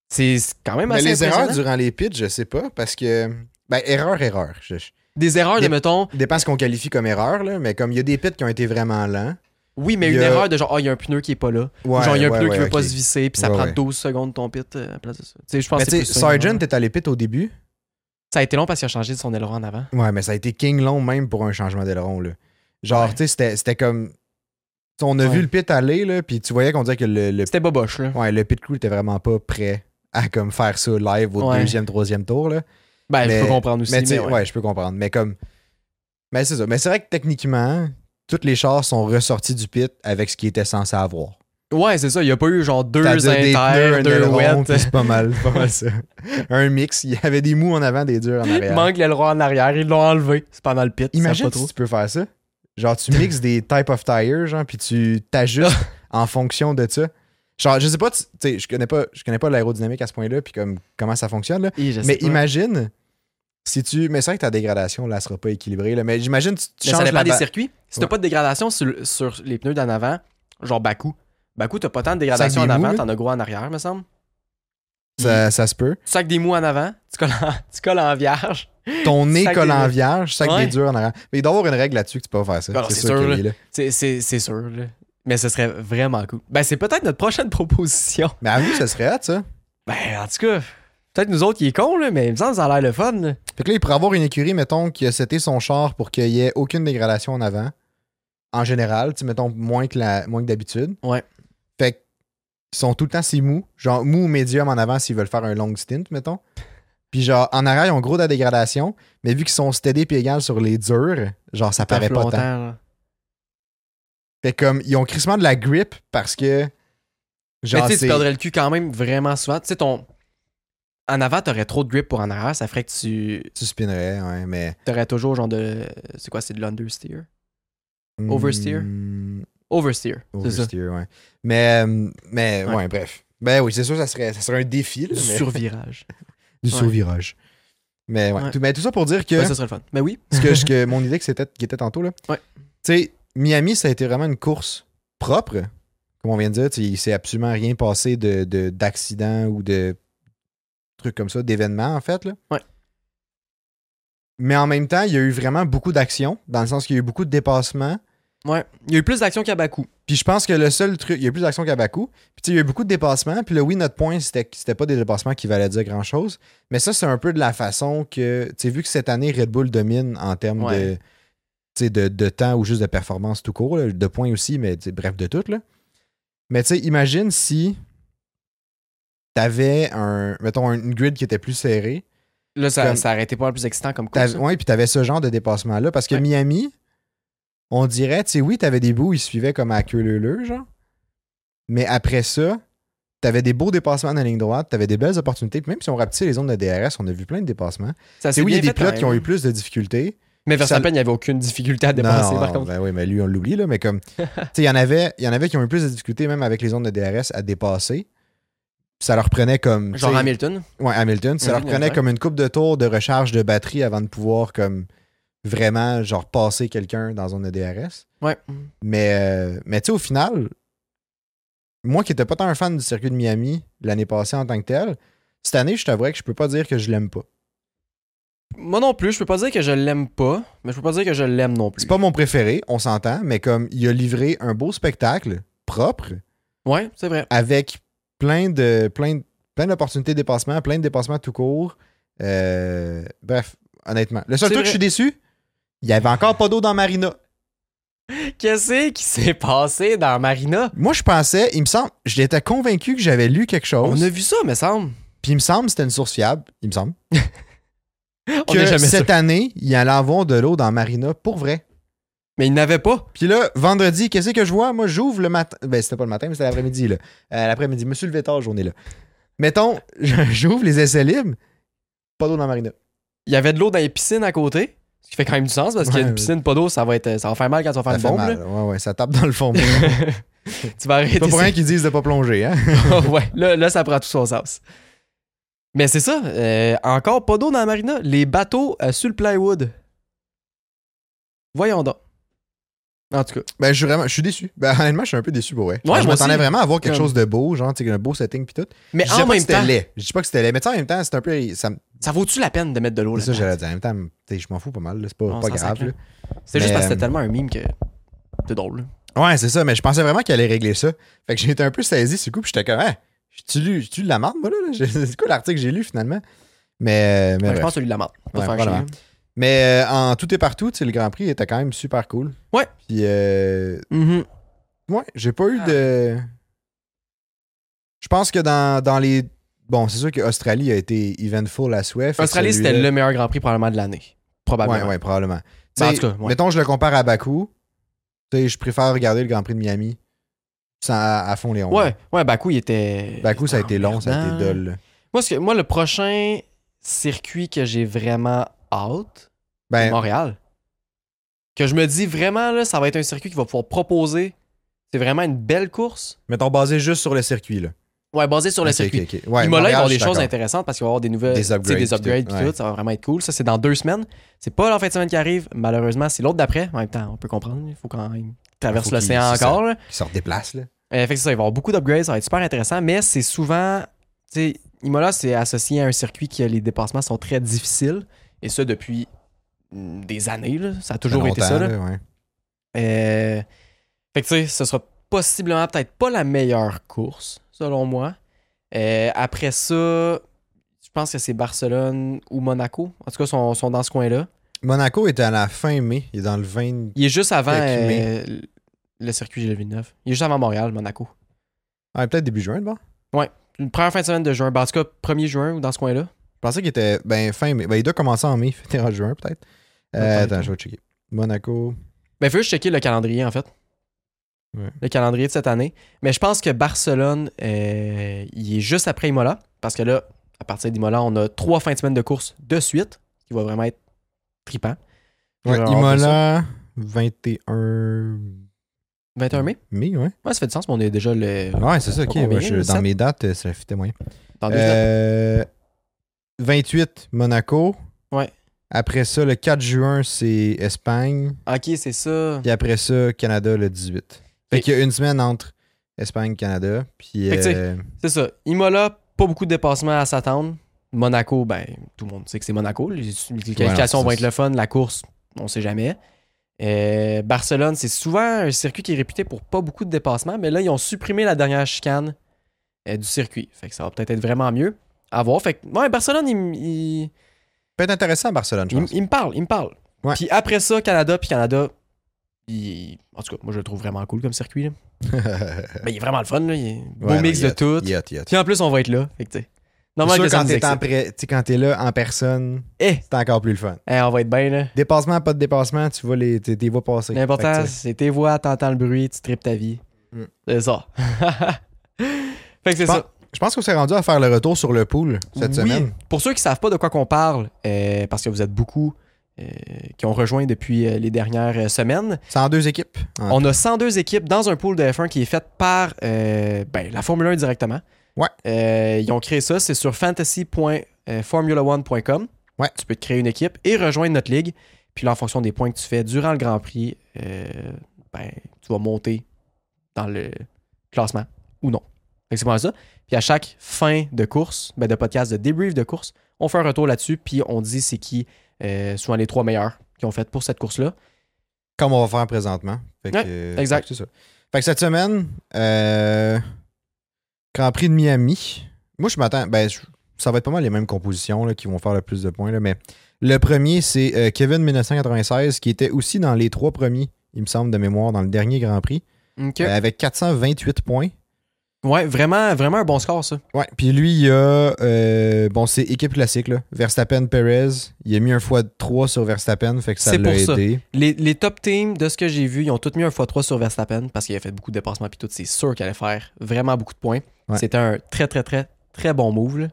A: C'est c'est quand même
B: Mais
A: assez
B: les
A: impressionnant.
B: erreurs durant les pitchs, je sais pas, parce que. Ben, erreur, erreur. Je, je-
A: Des erreurs de,
B: Des-
A: mettons,
B: dépend ce qu'on qualifie comme erreur, là, mais comme il y a des pits qui ont été vraiment lents.
A: oui, mais
B: Il y
A: une
B: a-
A: erreur de genre, ah, il y a un pneu qui est pas là.
B: Ouais,
A: genre, il y a un
B: ouais,
A: pneu qui
B: ouais,
A: veut
B: ok.
A: pas se visser, puis ça
B: Ouais,
A: prend
B: ouais.
A: 12 secondes ton pit euh, à la place de ça. Tu sais, je pense
B: Mais
A: que
B: tu
A: c'est
B: sais,
A: plus ça, une
B: Sargent
A: erreur.
B: est allé pit au début.
A: Ça a été long parce qu'il a changé de son aileron en avant.
B: Ouais, mais ça a été King long même pour un changement d'aileron. là. Genre,
A: Ouais.
B: tu sais, c'était- c'était comme. tu sais, On a
A: Ouais.
B: vu le pit aller, là, puis tu voyais qu'on dirait que le, le,
A: C'était boboche, là.
B: ouais, le pit crew était vraiment pas prêt à comme faire ça live au
A: Ouais.
B: deuxième, troisième tour. Là.
A: Ben, je
B: Mais-
A: peux comprendre aussi.
B: mais tu sais,
A: mais
B: ouais.
A: ouais.
B: je peux comprendre. Mais comme. Mais c'est ça. Mais c'est vrai que techniquement, toutes les chars sont ressortis du pit avec ce qu'ils étaient censés avoir.
A: Ouais, c'est ça. Il n'y a pas eu genre deux
B: C'est-à-dire des pneus,
A: inters,
B: un
A: deux
B: aileron, puis
A: wet.
B: C'est pas mal, pas mal ça. Un mix. Il y avait des mous en avant, des durs en
A: Il
B: arrière.
A: manque l'aileron en arrière. Ils l'ont enlevé. C'est pendant le pit. ça
B: Imagine
A: pas
B: si
A: trop.
B: tu peux faire ça. Genre, tu mixes des types of tires, genre, puis tu t'ajustes en fonction de ça. Genre, je sais pas, tu tu sais, je connais pas, je connais pas l'aérodynamique à ce point-là, puis comme comment ça fonctionne, là.
A: Et je sais
B: Mais
A: pas.
B: imagine si tu. Mais c'est vrai que ta dégradation, là, sera pas équilibrée, là. Mais j'imagine tu, tu
A: Mais ça
B: changes
A: dépend
B: la
A: des
B: ba-
A: circuits. Si t'as
B: Ouais.
A: pas de dégradation sur, sur les pneus d'en avant, genre Baku. Baku, t'as pas tant de dégradation
B: des
A: en
B: mous,
A: avant,
B: là.
A: t'en as gros en arrière, me semble.
B: ça, ça se peut.
A: Tu sacs des mous en avant, tu colles en, tu colles en vierge.
B: Ton nez
A: Sac
B: colle
A: des-
B: en vierge, sac
A: Ouais.
B: des durs en arrière. Mais il doit y avoir une règle là-dessus que tu peux pas faire ça.
A: Alors,
B: C'est
A: c'est sûr,
B: sûr, qu'il
A: là.
B: est là.
A: C'est- C'est c'est sûr, là. Mais ce serait vraiment cool. Ben, c'est peut-être notre prochaine proposition.
B: Mais à vous, ce serait hot, ça.
A: Ben, en tout cas, Peut-être nous autres, il est con, là, mais il me semble que ça a l'air le fun. là.
B: Fait que là, il pourrait avoir une écurie, mettons, qui a seté son char pour qu'il y ait aucune dégradation en avant. En général, tu sais, mettons, moins que, la, moins que d'habitude.
A: Ouais.
B: Fait que, ils sont tout le temps si mous. Genre, mou ou médium en avant s'ils veulent faire un long stint, mettons. Puis genre, en arrière, ils ont gros de la dégradation, mais vu qu'ils sont steady puis égales sur les durs, genre, ça paraît pas tant.
A: là.
B: Fait comme, ils ont crissement de la grip parce que,
A: Mais
B: genre,
A: tu sais, tu
B: c'est-
A: perdrais le cul quand même vraiment souvent. Tu sais, ton. En avant, t'aurais trop de grip pour en arrière, ça ferait que tu.
B: tu spinnerais, ouais, mais...
A: T'aurais toujours genre de. C'est quoi, c'est de l'understeer? Oversteer?
B: Hmm,
A: Oversteer. C'est ça.
B: Oversteer, ouais. Mais, euh, mais ouais.
A: Ouais.
B: bref. Ben oui, c'est sûr, ça serait, ça serait un défi.
A: Du
B: là, mais-
A: survirage.
B: du
A: ouais.
B: survirage. Mais, ouais.
A: Ouais.
B: Tout, mais tout ça pour dire que,
A: Ouais, ça serait le fun. Mais oui.
B: ce que, je- que mon idée que c'était, qui était tantôt, là.
A: Ouais.
B: Tu sais, Miami, ça a été vraiment une course propre, comme on vient de dire. Tu sais, Il s'est absolument rien passé de, de- d'accidents ou de trucs comme ça, d'événements, en fait. Là.
A: Ouais.
B: Mais en même temps, il y a eu vraiment beaucoup d'actions, dans le sens qu'il y a eu beaucoup de dépassements.
A: Ouais. Il y a eu plus d'actions qu'à Bakou.
B: Puis je pense que le seul truc, il y a eu plus d'actions qu'à Bakou. Puis tu sais, il y a eu beaucoup de dépassements. Puis le oui, notre point, c'était que c'était pas des dépassements qui valaient dire grand chose. Mais ça, c'est un peu de la façon que, tu sais, vu que cette année, Red Bull domine en termes de,
A: Ouais.
B: tu sais, de, de temps ou juste de performance tout court, là, de points aussi, mais tu sais, bref, de tout. Là. Mais tu sais, imagine si t'avais un, mettons, une grid qui était plus serrée.
A: Là, ça,
B: Comme-
A: ça arrêtait pas le plus excitant comme course.
B: T'avais- Ouais, puis t'avais ce genre de dépassement-là. Parce que
A: Ouais.
B: Miami, on dirait, tu sais, oui, t'avais des bouts, où ils suivaient comme à queue leu genre. Mais après ça, t'avais des beaux dépassements dans la ligne droite, t'avais des belles opportunités. Puis même si on rapetissait les zones de DRS, on a vu plein de dépassements.
A: Ça
B: Tu sais,
A: s'est
B: oui, il y a
A: bien
B: des
A: fait, hein. quand
B: pilotes qui ont
A: même.
B: eu plus de difficultés.
A: Mais
B: ça-
A: Verstappen, il n'y avait aucune difficulté à
B: Non,
A: dépasser,
B: non,
A: par contre.
B: ben oui, mais lui, on l'oublie, là. Mais comme, tu sais, il y en avait il y en avait qui ont eu plus de difficultés, même avec les zones de DRS, à dépasser. Ça leur prenait comme. tu
A: Genre
B: sais,
A: Hamilton.
B: Ouais, Hamilton, ça
A: Oui,
B: leur
A: bien
B: prenait
A: sûr.
B: comme une coupe de tour de recharge de batterie avant de pouvoir comme vraiment genre passer quelqu'un dans E zone de DRS.
A: Ouais.
B: Mais, euh, mais tu sais, au final, moi qui n'étais pas tant un fan du circuit de Miami l'année passée en tant que tel, cette année, je t'avouerais que je peux pas dire que je l'aime pas.
A: Moi non plus, je peux pas dire que je l'aime pas, mais je peux pas dire que je l'aime non plus.
B: C'est pas mon préféré, on s'entend, mais comme il a livré un beau spectacle propre
A: Ouais, c'est vrai.
B: avec plein de plein, de- plein d'opportunités de dépassement, plein de dépassements tout court. Euh, bref, honnêtement. Le seul
A: C'est
B: truc
A: vrai.
B: que je suis déçu, il y avait encore pas d'eau dans Marina.
A: Qu'est-ce qui s'est passé dans Marina?
B: Moi, je pensais, il me semble, j'étais convaincu que j'avais lu quelque
A: On
B: chose.
A: a vu ça, me semble.
B: Puis il me semble que c'était une source fiable, il me semble.
A: On
B: que
A: n'est jamais sûr.
B: cette année, il allait avoir de l'eau dans Marina pour vrai.
A: Mais il n'avait pas.
B: Puis là, vendredi, qu'est-ce que je vois? Moi, j'ouvre le matin. Ben, c'était pas le matin, mais c'était l'après-midi, là. Euh, l'après-midi, je me suis levé tard, journée-là. Mettons, j'ouvre les essais libres, pas d'eau dans Marina.
A: Il y avait de l'eau dans les piscines à côté. Ce qui fait quand même du sens parce qu'il y a
B: Ouais,
A: une piscine, pas d'eau, ça va être. ça va faire mal quand tu vas faire
B: Ça
A: une
B: fait
A: bombe.
B: mal.
A: là.
B: Ouais, ouais, ça tape dans le fond. moi.
A: tu vas arrêter.
B: C'est pas pour
A: ça.
B: rien qu'ils disent de pas plonger, hein?
A: ouais, là, là, ça prend tout son sens. Mais c'est ça, euh, encore pas d'eau dans la marina. Les bateaux euh, sur le plywood. Voyons donc. En tout cas,
B: Ben, je suis vraiment, je suis déçu. Ben, honnêtement, je suis un peu déçu, pour vrai.
A: Ouais,
B: je
A: moi
B: m'attendais
A: aussi.
B: vraiment à voir quelque
A: Comme-
B: chose de beau, genre, tu sais, un beau setting pis tout.
A: mais
B: je disais
A: en
B: pas que
A: même
B: c'était
A: temps,
B: laid. Je dis pas que c'était laid, mais tu sais, en même temps, c'est un peu. Ça, me-
A: ça vaut-tu la peine de mettre de l'eau
B: c'est ça,
A: là
B: j'allais dire. En même temps, tu sais, je m'en fous pas mal, là. c'est pas,
A: On
B: pas
A: s'en
B: grave.
A: sacre,
B: là.
A: C'est juste
B: Mais,
A: parce que
B: euh,
A: c'était tellement un mime que c'est drôle. là.
B: Ouais, c'est ça, mais je pensais vraiment qu'il allait régler ça. Fait que j'étais un peu saisi, ce coup, pis j'étais comme, hein, tu lu, tu de la merde, moi, là. là? Je- C'est quoi l'article que j'ai lu, finalement? Mais, mais,
A: Ouais,
B: bref.
A: je pense que celui de la marde. Pas
B: Ouais,
A: faire chier, hein.
B: probablement.
A: là.
B: mais euh, en tout et partout, tu sais, le Grand Prix était quand même super cool.
A: Ouais.
B: Puis, euh,
A: Mhm.
B: Ouais, j'ai pas eu
A: Ah.
B: de. Je pense que dans, dans les. Bon, c'est sûr que Australie a été eventful à souhait.
A: Australie, c'était le meilleur Grand Prix probablement de l'année.
B: Ouais,
A: Probablement.
B: ouais, probablement.
A: Ben, en
B: T'sais,
A: tout cas, ouais.
B: Mettons, je le compare à Bakou. Tu sais, je préfère regarder le Grand Prix de Miami sans, à fond les ondes.
A: Ouais, ouais, Bakou, il était.
B: Bakou, ça a été long, ça a été
A: emmerdant.
B: dol. là.
A: Moi, ce que- moi, le prochain circuit que j'ai vraiment hâte,
B: Ben,
A: Montréal. Que je me dis vraiment, là, ça va être un circuit qui va pouvoir proposer. C'est vraiment une belle course.
B: mettons, basé juste sur le circuit, là.
A: Ouais, basé sur le
B: Ok,
A: circuit.
B: ok, ok.
A: Imola,
B: Ouais,
A: ils
B: Montréal,
A: vont avoir
B: je
A: des
B: suis
A: choses
B: d'accord.
A: intéressantes parce qu'il va y avoir des nouvelles.
B: Des
A: tu sais,
B: upgrades,
A: Des upgrades puis
B: puis tout,
A: tout.
B: ouais.
A: Ça va vraiment être cool. Ça, c'est dans deux semaines. C'est pas la fin de semaine qui arrive, malheureusement. C'est l'autre d'après. En même temps, on peut comprendre. Il faut quand même traverser
B: Faut qu'il-
A: l'océan
B: c'est ça.
A: encore. là.
B: Qui sortent des places, là.
A: Euh, fait que c'est ça, il va y avoir beaucoup d'upgrades, ça va être super intéressant, mais c'est souvent. Tu sais, Imola, c'est associé à un circuit qui a les dépassements sont très difficiles, et ça depuis mm, des années, là. ça a toujours
B: fait
A: été ça.
B: longtemps,
A: là.
B: là, ouais.
A: Euh, Fait que tu sais, ce sera possiblement peut-être pas la meilleure course, selon moi. Euh, après ça, je pense que c'est Barcelone ou Monaco. En tout cas, sont, sont dans ce coin-là.
B: Monaco est à la fin mai. Il est dans le 20.
A: Il est juste avant
B: Fait qu'il
A: euh, le circuit Gilles Villeneuve. Il est juste avant Montréal, Monaco.
B: Ah, peut-être début juin, bon.
A: Une première fin de semaine de juin. Ben, en tout cas, 1er juin ou dans ce coin-là.
B: Je pensais qu'il était ben, fin mai. Ben, il doit commencer en mai, finir en juin, peut-être. Euh,
A: Peut-être.
B: attends, je vais checker. Monaco.
A: Ben, faut juste checker le calendrier, en fait.
B: Ouais.
A: Le calendrier de cette année. Mais je pense que Barcelone, euh, il est juste après Imola. Parce que là, à partir d'Imola, on a trois fins de semaine de course de suite. Ce qui va vraiment être tripant. Je
B: Ouais,
A: vais avoir fait ça.
B: Imola, 21
A: 21 mai.
B: mai, ouais.
A: Ouais, ça fait du sens, mais on est déjà le.
B: Ouais, c'est ça, ok.
A: Combien,
B: ouais, je- dans
A: sept?
B: mes dates, euh, ça fitait moyen.
A: Dans deux semaines.
B: Euh, 28, Monaco.
A: Ouais.
B: Après ça, le 4 juin, c'est Espagne.
A: Ok, c'est ça.
B: Puis après ça, Canada le 18. Fait
A: Et-
B: qu'il y a une semaine entre Espagne et Canada. Puis.
A: Fait que tu sais-
B: euh,
A: C'est ça. Imola, pas beaucoup de dépassements à s'attendre. Monaco, ben, tout le monde sait que c'est Monaco. Les, les qualifications
B: non, c'est
A: vont
B: ça.
A: être le fun. La course, on sait jamais. Euh, Barcelone, c'est souvent un circuit qui est réputé pour pas beaucoup de dépassements, mais là, ils ont supprimé la dernière chicane euh, du circuit. Fait que ça va peut-être être vraiment mieux à voir. Fait que, ouais, Barcelone, il, m- il-
B: peut être intéressant à Barcelone, je
A: il m-
B: pense.
A: il me parle, il me parle.
B: Ouais.
A: Puis après ça, Canada, puis Canada, il- en tout cas, moi, je le trouve vraiment cool comme circuit. là. Ben, il est vraiment le fun, là. Il est beau
B: Euh. Ouais,
A: mix
B: ouais,
A: de tout.
B: Yacht, yacht.
A: Puis en plus, on va être là. Fait que, tu sais. Normal
B: C'est
A: que
B: sûr,
A: ça
B: quand
A: nous
B: t'es en
A: excite.
B: pré- tu sais, quand t'es là en personne,
A: Eh,
B: c'est encore plus le fun.
A: eh, on va être bien, là.
B: Dépassement, pas de dépassement, tu vois les, tes, tes voix passer. Fait
A: L'important,
B: que, tu sais,
A: c'est tes voix, t'entends le bruit, tu tripes ta vie.
B: Mm.
A: C'est ça. fait que c'est
B: Bon,
A: ça.
B: Je pense qu'on s'est rendu à faire le retour sur le pool cette
A: Oui.
B: semaine.
A: Pour ceux qui savent pas de quoi qu'on parle, euh, parce que vous êtes beaucoup euh, qui ont rejoint depuis euh, les dernières euh, semaines,
B: C'est en deux équipes. En-
A: on a 102 équipes dans un pool de F1 qui est fait par euh, ben, la Formule 1 directement.
B: Ouais.
A: Euh, ils ont créé ça, c'est sur euh, fantasy.formula1.com.
B: Ouais.
A: Tu peux te créer une équipe et rejoindre notre ligue. Puis là, en fonction des points que tu fais durant le Grand Prix, euh, ben, tu vas monter dans le classement ou non. Fait que C'est pas ça. Puis à chaque fin de course, ben, de podcast, de débrief de course, on fait un retour là-dessus, puis on dit c'est qui euh, souvent les trois meilleurs qui ont fait pour cette course-là.
B: comme on va faire présentement. Fait que,
A: Ouais,
B: euh,
A: exact.
B: fait que c'est ça. Fait que cette semaine, euh, Grand Prix de Miami. Moi, je m'attends. Ben, je- ça va être pas mal les mêmes compositions là, qui vont faire le plus de points. là, mais le premier, c'est euh, Kevin 1996, qui était aussi dans les trois premiers, il me semble, de mémoire, dans le dernier Grand Prix,
A: OK.
B: euh, avec 428 points.
A: Ouais, vraiment, vraiment un bon score, ça.
B: Ouais, puis lui, il y a. euh, bon, c'est équipe classique, là. Verstappen, Perez. Il a mis un fois 3 sur Verstappen, fait que ça
A: C'est
B: l'a
A: pour ça.
B: aidé.
A: Les, les top teams, de ce que j'ai vu, ils ont tous mis un x3 sur Verstappen parce qu'il a fait beaucoup de dépassements puis tout. C'est sûr qu'il allait faire vraiment beaucoup de points.
B: Ouais.
A: C'était un très, très, très, très bon move. là.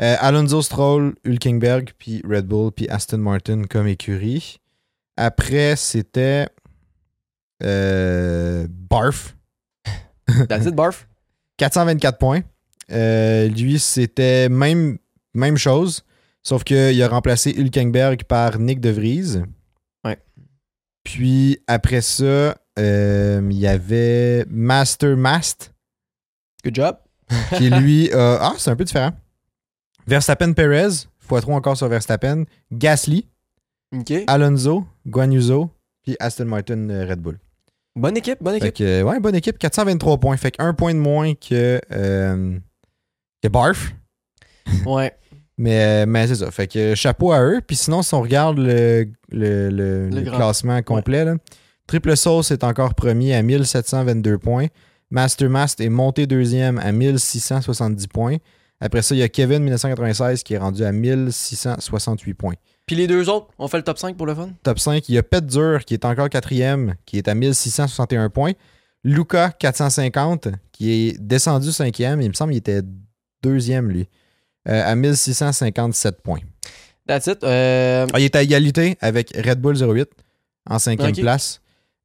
B: Euh, Alonso Stroll, Hülkenberg, puis Red Bull, puis Aston Martin comme écurie. Après, c'était euh, Barf,
A: That's it, Barf.
B: 424 points. Euh, lui, c'était même, même chose, sauf qu'il a remplacé Hülkenberg par Nick De Vries.
A: Ouais.
B: Puis après ça, euh, il y avait Master Mast,
A: Good job.
B: qui lui. euh, ah, c'est un peu différent. Verstappen Perez, fois 3 encore sur Verstappen. Gasly,
A: OK.
B: Alonso, Guanuso, puis Aston Martin euh, Red Bull.
A: Bonne équipe, bonne
B: Fait
A: équipe.
B: que, euh, ouais, bonne équipe, 423 points. Fait que un point de moins que, euh, que Barf.
A: Ouais.
B: Mais, euh, mais c'est ça. Fait que euh, chapeau à eux. Puis sinon, si on regarde le, le- le-
A: Le
B: le
A: grand-
B: classement complet, là, Triple Sauce est encore premier à 1722 points. Mastermast est monté deuxième à 1670 points. Après ça, il y a Kevin 1996 qui est rendu à 1668 points.
A: Puis les deux autres, on fait le top 5 pour le fun.
B: Top 5, il y a Pet Dur qui est encore quatrième, qui est à 1661 points. Luca 450, qui est descendu cinquième. Il me semble qu'il était deuxième, lui, euh, à 1657 points.
A: That's it. Euh,
B: Ah, il est à égalité avec Red Bull 08 en cinquième
A: Ok.
B: place.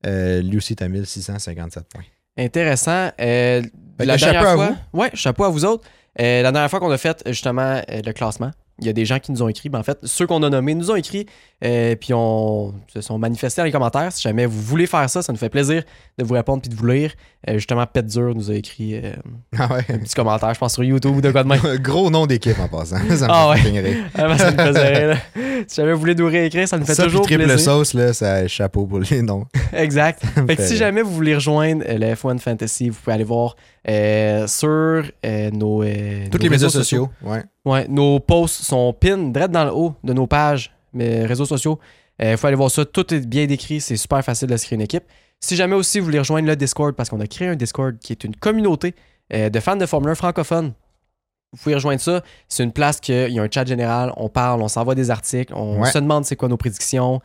B: Euh, lui aussi est à 1657 points.
A: Intéressant. Euh,
B: Fait
A: la
B: que
A: dernière
B: chapeau à
A: fois, Ouais, chapeau à vous autres. Euh, la dernière fois qu'on a fait justement euh, le classement, il y a des gens qui nous ont écrit. Ben, en fait, ceux qu'on a nommés nous ont écrit, euh, puis on se sont manifestés dans les commentaires. Si jamais vous voulez faire ça, ça nous fait plaisir de vous répondre puis de vous lire. Euh, justement, Pet Dur nous a écrit euh,
B: Ah
A: un petit commentaire, je pense, sur YouTube ou de quoi de même.
B: ouais. Gros nom d'équipe en passant. Ça me
A: Ah
B: fait
A: ouais.
B: fucking rire.
A: Ah, ben, ça nous faisait rire, là. Si jamais vous voulez nous réécrire, ça nous fait
B: Ça, puis
A: toujours
B: triple
A: plaisir.
B: sauce, là, ça chapeau pour les noms.
A: Exact.
B: me
A: Fait que
B: fait
A: si
B: rire.
A: jamais vous voulez rejoindre euh, le F1 Fantasy, vous pouvez aller voir euh, sur euh, nos. euh,
B: Toutes
A: nos
B: les médias
A: réseaux
B: sociaux. Ouais.
A: Ouais, nos posts sont pin direct dans le haut de nos pages, mes réseaux sociaux. Euh, Il faut aller voir ça. Tout est bien décrit. C'est super facile de se créer une équipe. Si jamais aussi vous voulez rejoindre le Discord, parce qu'on a créé un Discord qui est une communauté euh, de fans de Formule 1 francophones. Vous pouvez rejoindre ça. C'est une place qu'il y a un chat général. On parle, on s'envoie des articles, on
B: Ouais.
A: se demande c'est quoi nos prédictions.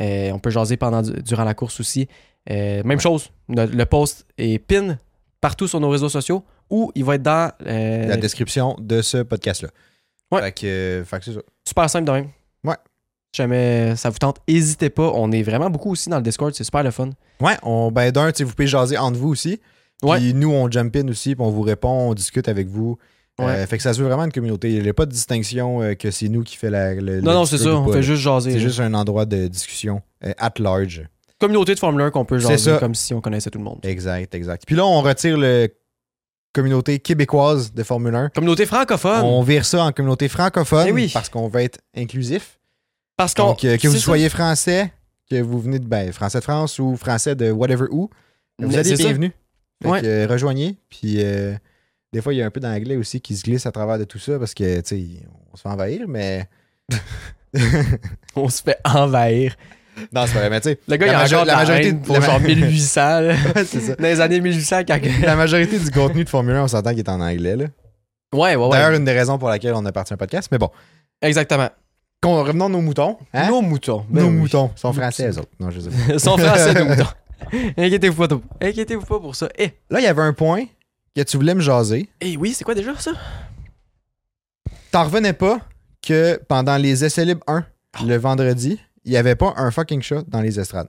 A: Euh, on peut jaser pendant durant la course aussi. Euh, même
B: Ouais.
A: chose, le, le post est pin partout sur nos réseaux sociaux ou il va être dans euh,
B: La description de ce podcast-là.
A: Ouais.
B: Fait que, euh, fait que c'est ça.
A: Super simple de même.
B: Ouais.
A: Si jamais ça vous tente, n'hésitez pas. On est vraiment beaucoup aussi dans le Discord, c'est super le fun.
B: Ouais, on, ben d'un, tu sais, vous pouvez jaser entre vous aussi. Puis
A: Ouais.
B: nous, on jump in aussi, puis on vous répond, on discute avec vous. Euh,
A: Ouais.
B: fait que ça se veut vraiment une communauté. Il n'y a pas de distinction euh, que c'est nous qui fait la. le-
A: Non,
B: le
A: non, c'est
B: Discord
A: ça.
B: ou
A: On
B: pas,
A: fait
B: là.
A: juste jaser.
B: C'est
A: là.
B: juste un endroit de discussion euh, at large.
A: Communauté de Formule 1 qu'on peut
B: C'est
A: jaser
B: ça.
A: comme si on connaissait tout le monde.
B: Exact, exact. Puis là, on retire la communauté québécoise de Formule 1.
A: Communauté francophone.
B: On vire ça en communauté francophone
A: Eh oui.
B: parce qu'on veut être inclusif.
A: Parce qu'on.
B: Donc, euh, que vous
A: c'est ça.
B: soyez français, que vous venez de ben, français de France ou français de whatever où, vous
A: Mais
B: êtes les
A: c'est ça.
B: bienvenus. Fait
A: Ouais.
B: que, euh, rejoignez. Puis euh, des fois, il y a un peu d'anglais aussi qui se glisse à travers de tout ça parce que, tu sais, on se fait envahir, mais.
A: On se fait envahir.
B: non, c'est pas vrai, mais tu sais.
A: Le gars,
B: La
A: il a
B: majo-
A: encore de
B: la
A: la
B: majorité
A: haine
B: de-
A: pour
B: la ma-
A: genre 1800. là.
B: ouais, c'est ça.
A: Dans les années 1800, quand.
B: La majorité du contenu de Formule 1, on s'entend qu'il est en anglais. Là.
A: Ouais, ouais, ouais.
B: D'ailleurs, une des raisons pour laquelle on a parti un podcast, mais bon.
A: Exactement.
B: Qu'on- Revenons à nos moutons. hein?
A: Nos moutons. Ben
B: Nos
A: oui.
B: moutons. Ils sont
A: Nos
B: français,
A: petits-
B: eux autres. Non, je sais pas.
A: sont français, nos moutons. Inquiétez-vous pas, tout. Inquiétez-vous pas pour ça. Eh,
B: Là, il y avait un point que tu voulais me jaser.
A: eh oui, c'est quoi déjà ça?
B: T'en revenais pas que pendant les essais libres 1,
A: Ah.
B: le vendredi, il n'y avait pas un fucking chat dans les estrades.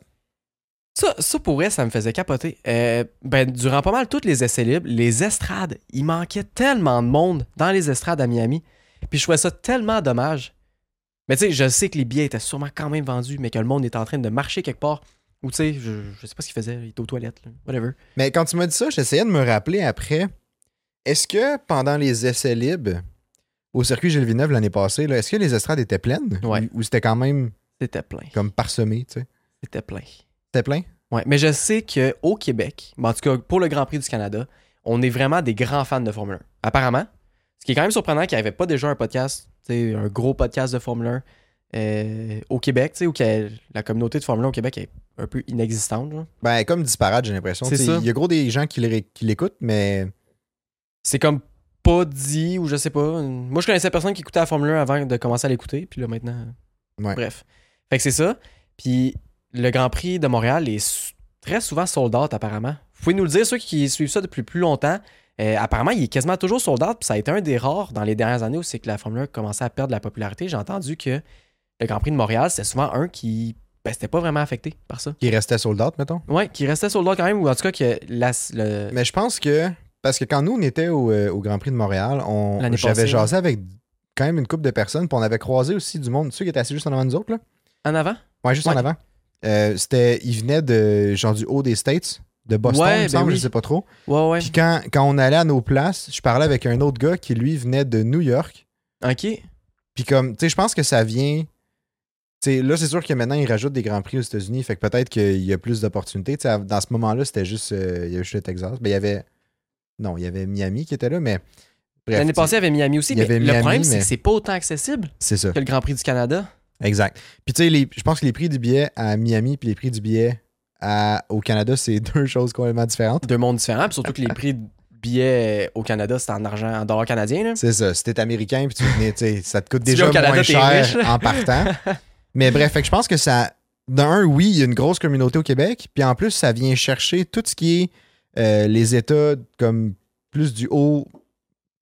A: Ça, ça pour vrai, ça me faisait capoter. Euh, ben, durant pas mal tous les essais libres, les estrades, il manquait tellement de monde dans les estrades à Miami. Puis je trouvais ça tellement dommage. Mais tu sais, je sais que les billets étaient sûrement quand même vendus, mais que le monde était en train de marcher quelque part. Ou tu sais, je, je sais pas ce qu'il faisait, il était aux toilettes, là, whatever.
B: Mais quand tu m'as dit ça, j'essayais de me rappeler après. Est-ce que pendant les essais libres, au circuit Gilles Villeneuve l'année passée, là, est-ce que les estrades étaient pleines?
A: Ouais.
B: Ou, ou c'était quand même
A: C'était plein.
B: comme parsemé, tu sais?
A: C'était plein.
B: C'était plein?
A: Ouais, mais je sais qu'au Québec, ben, en tout cas pour le Grand Prix du Canada, on est vraiment des grands fans de Formule 1. Apparemment. Ce qui est quand même surprenant qu'il n'y avait pas déjà un podcast, tu sais, un gros podcast de Formule 1 euh, au Québec, tu sais, où que la communauté de Formule 1 au Québec est un peu inexistante. genre.
B: Ben, comme disparate, j'ai l'impression.
A: C'est
B: Tu sais,
A: ça.
B: Il y a gros des gens qui l'é- qui l'écoutent, mais
A: C'est comme pas dit ou je sais pas. Moi, je connaissais personne qui écoutait la Formule 1 avant de commencer à l'écouter, puis là maintenant. euh,
B: Ouais.
A: Bref. Fait que c'est ça. Puis le Grand Prix de Montréal est sou- très souvent sold out apparemment. Vous pouvez nous le dire, ceux qui suivent ça depuis plus longtemps. Euh, apparemment, il est quasiment toujours sold out. Puis ça a été un des rares dans les dernières années où c'est que la Formule 1 commençait à perdre de la popularité. J'ai entendu que le Grand Prix de Montréal, c'était souvent un qui. Ben, c'était pas vraiment affecté par ça.
B: qui restaient sold out, mettons.
A: Ouais, qui restait sold out quand même, ou en tout cas que la, le.
B: Mais je pense que. Parce que quand nous, on était au, euh, au Grand Prix de Montréal, on,
A: L'année
B: j'avais
A: passée,
B: jasé avec quand même une couple de personnes, puis on avait croisé aussi du monde, ceux qui étaient assis juste en avant de nous autres, là.
A: En avant?
B: Ouais, juste
A: Ouais.
B: en avant. Euh, c'était, ils venaient de, genre du haut des States, de Boston,
A: Ouais,
B: il me
A: ben
B: semble,
A: oui.
B: je sais pas trop.
A: Ouais, ouais.
B: Puis quand, quand on allait à nos places, je parlais avec un autre gars qui, lui, venait de New York.
A: Ok.
B: Puis comme, tu sais, je pense que ça vient... tu sais, là, c'est sûr que maintenant, ils rajoutent des Grands Prix aux États-Unis, fait que peut-être qu'il y a plus d'opportunités. Tu sais, dans ce moment-là, c'était juste... euh, il y avait juste le Texas. Ben, il y avait... Non, il y avait Miami qui était là, mais... bref,
A: L'année
B: tu sais,
A: passée, il y avait Miami aussi.
B: il y
A: mais
B: avait
A: le
B: Miami,
A: problème, c'est
B: mais-
A: que c'est pas autant accessible
B: C'est ça.
A: que le Grand Prix du Canada.
B: Exact. Puis tu sais, les- je pense que les prix du billet à Miami puis les prix du billet à- au Canada, c'est deux choses complètement différentes.
A: Deux mondes différents. puis surtout que les prix de billets au Canada, c'est en argent, en dollars canadiens. là.
B: C'est ça. Si t'es américain puis tu venais, tu sais, ça te coûte
A: Tu
B: déjà
A: viens au Canada,
B: moins
A: t'es
B: cher
A: riche, là.
B: en partant. Mais bref, fait que je pense que ça. D'un, oui, il y a une grosse communauté au Québec. Puis en plus, ça vient chercher tout ce qui est euh, les États comme plus du haut,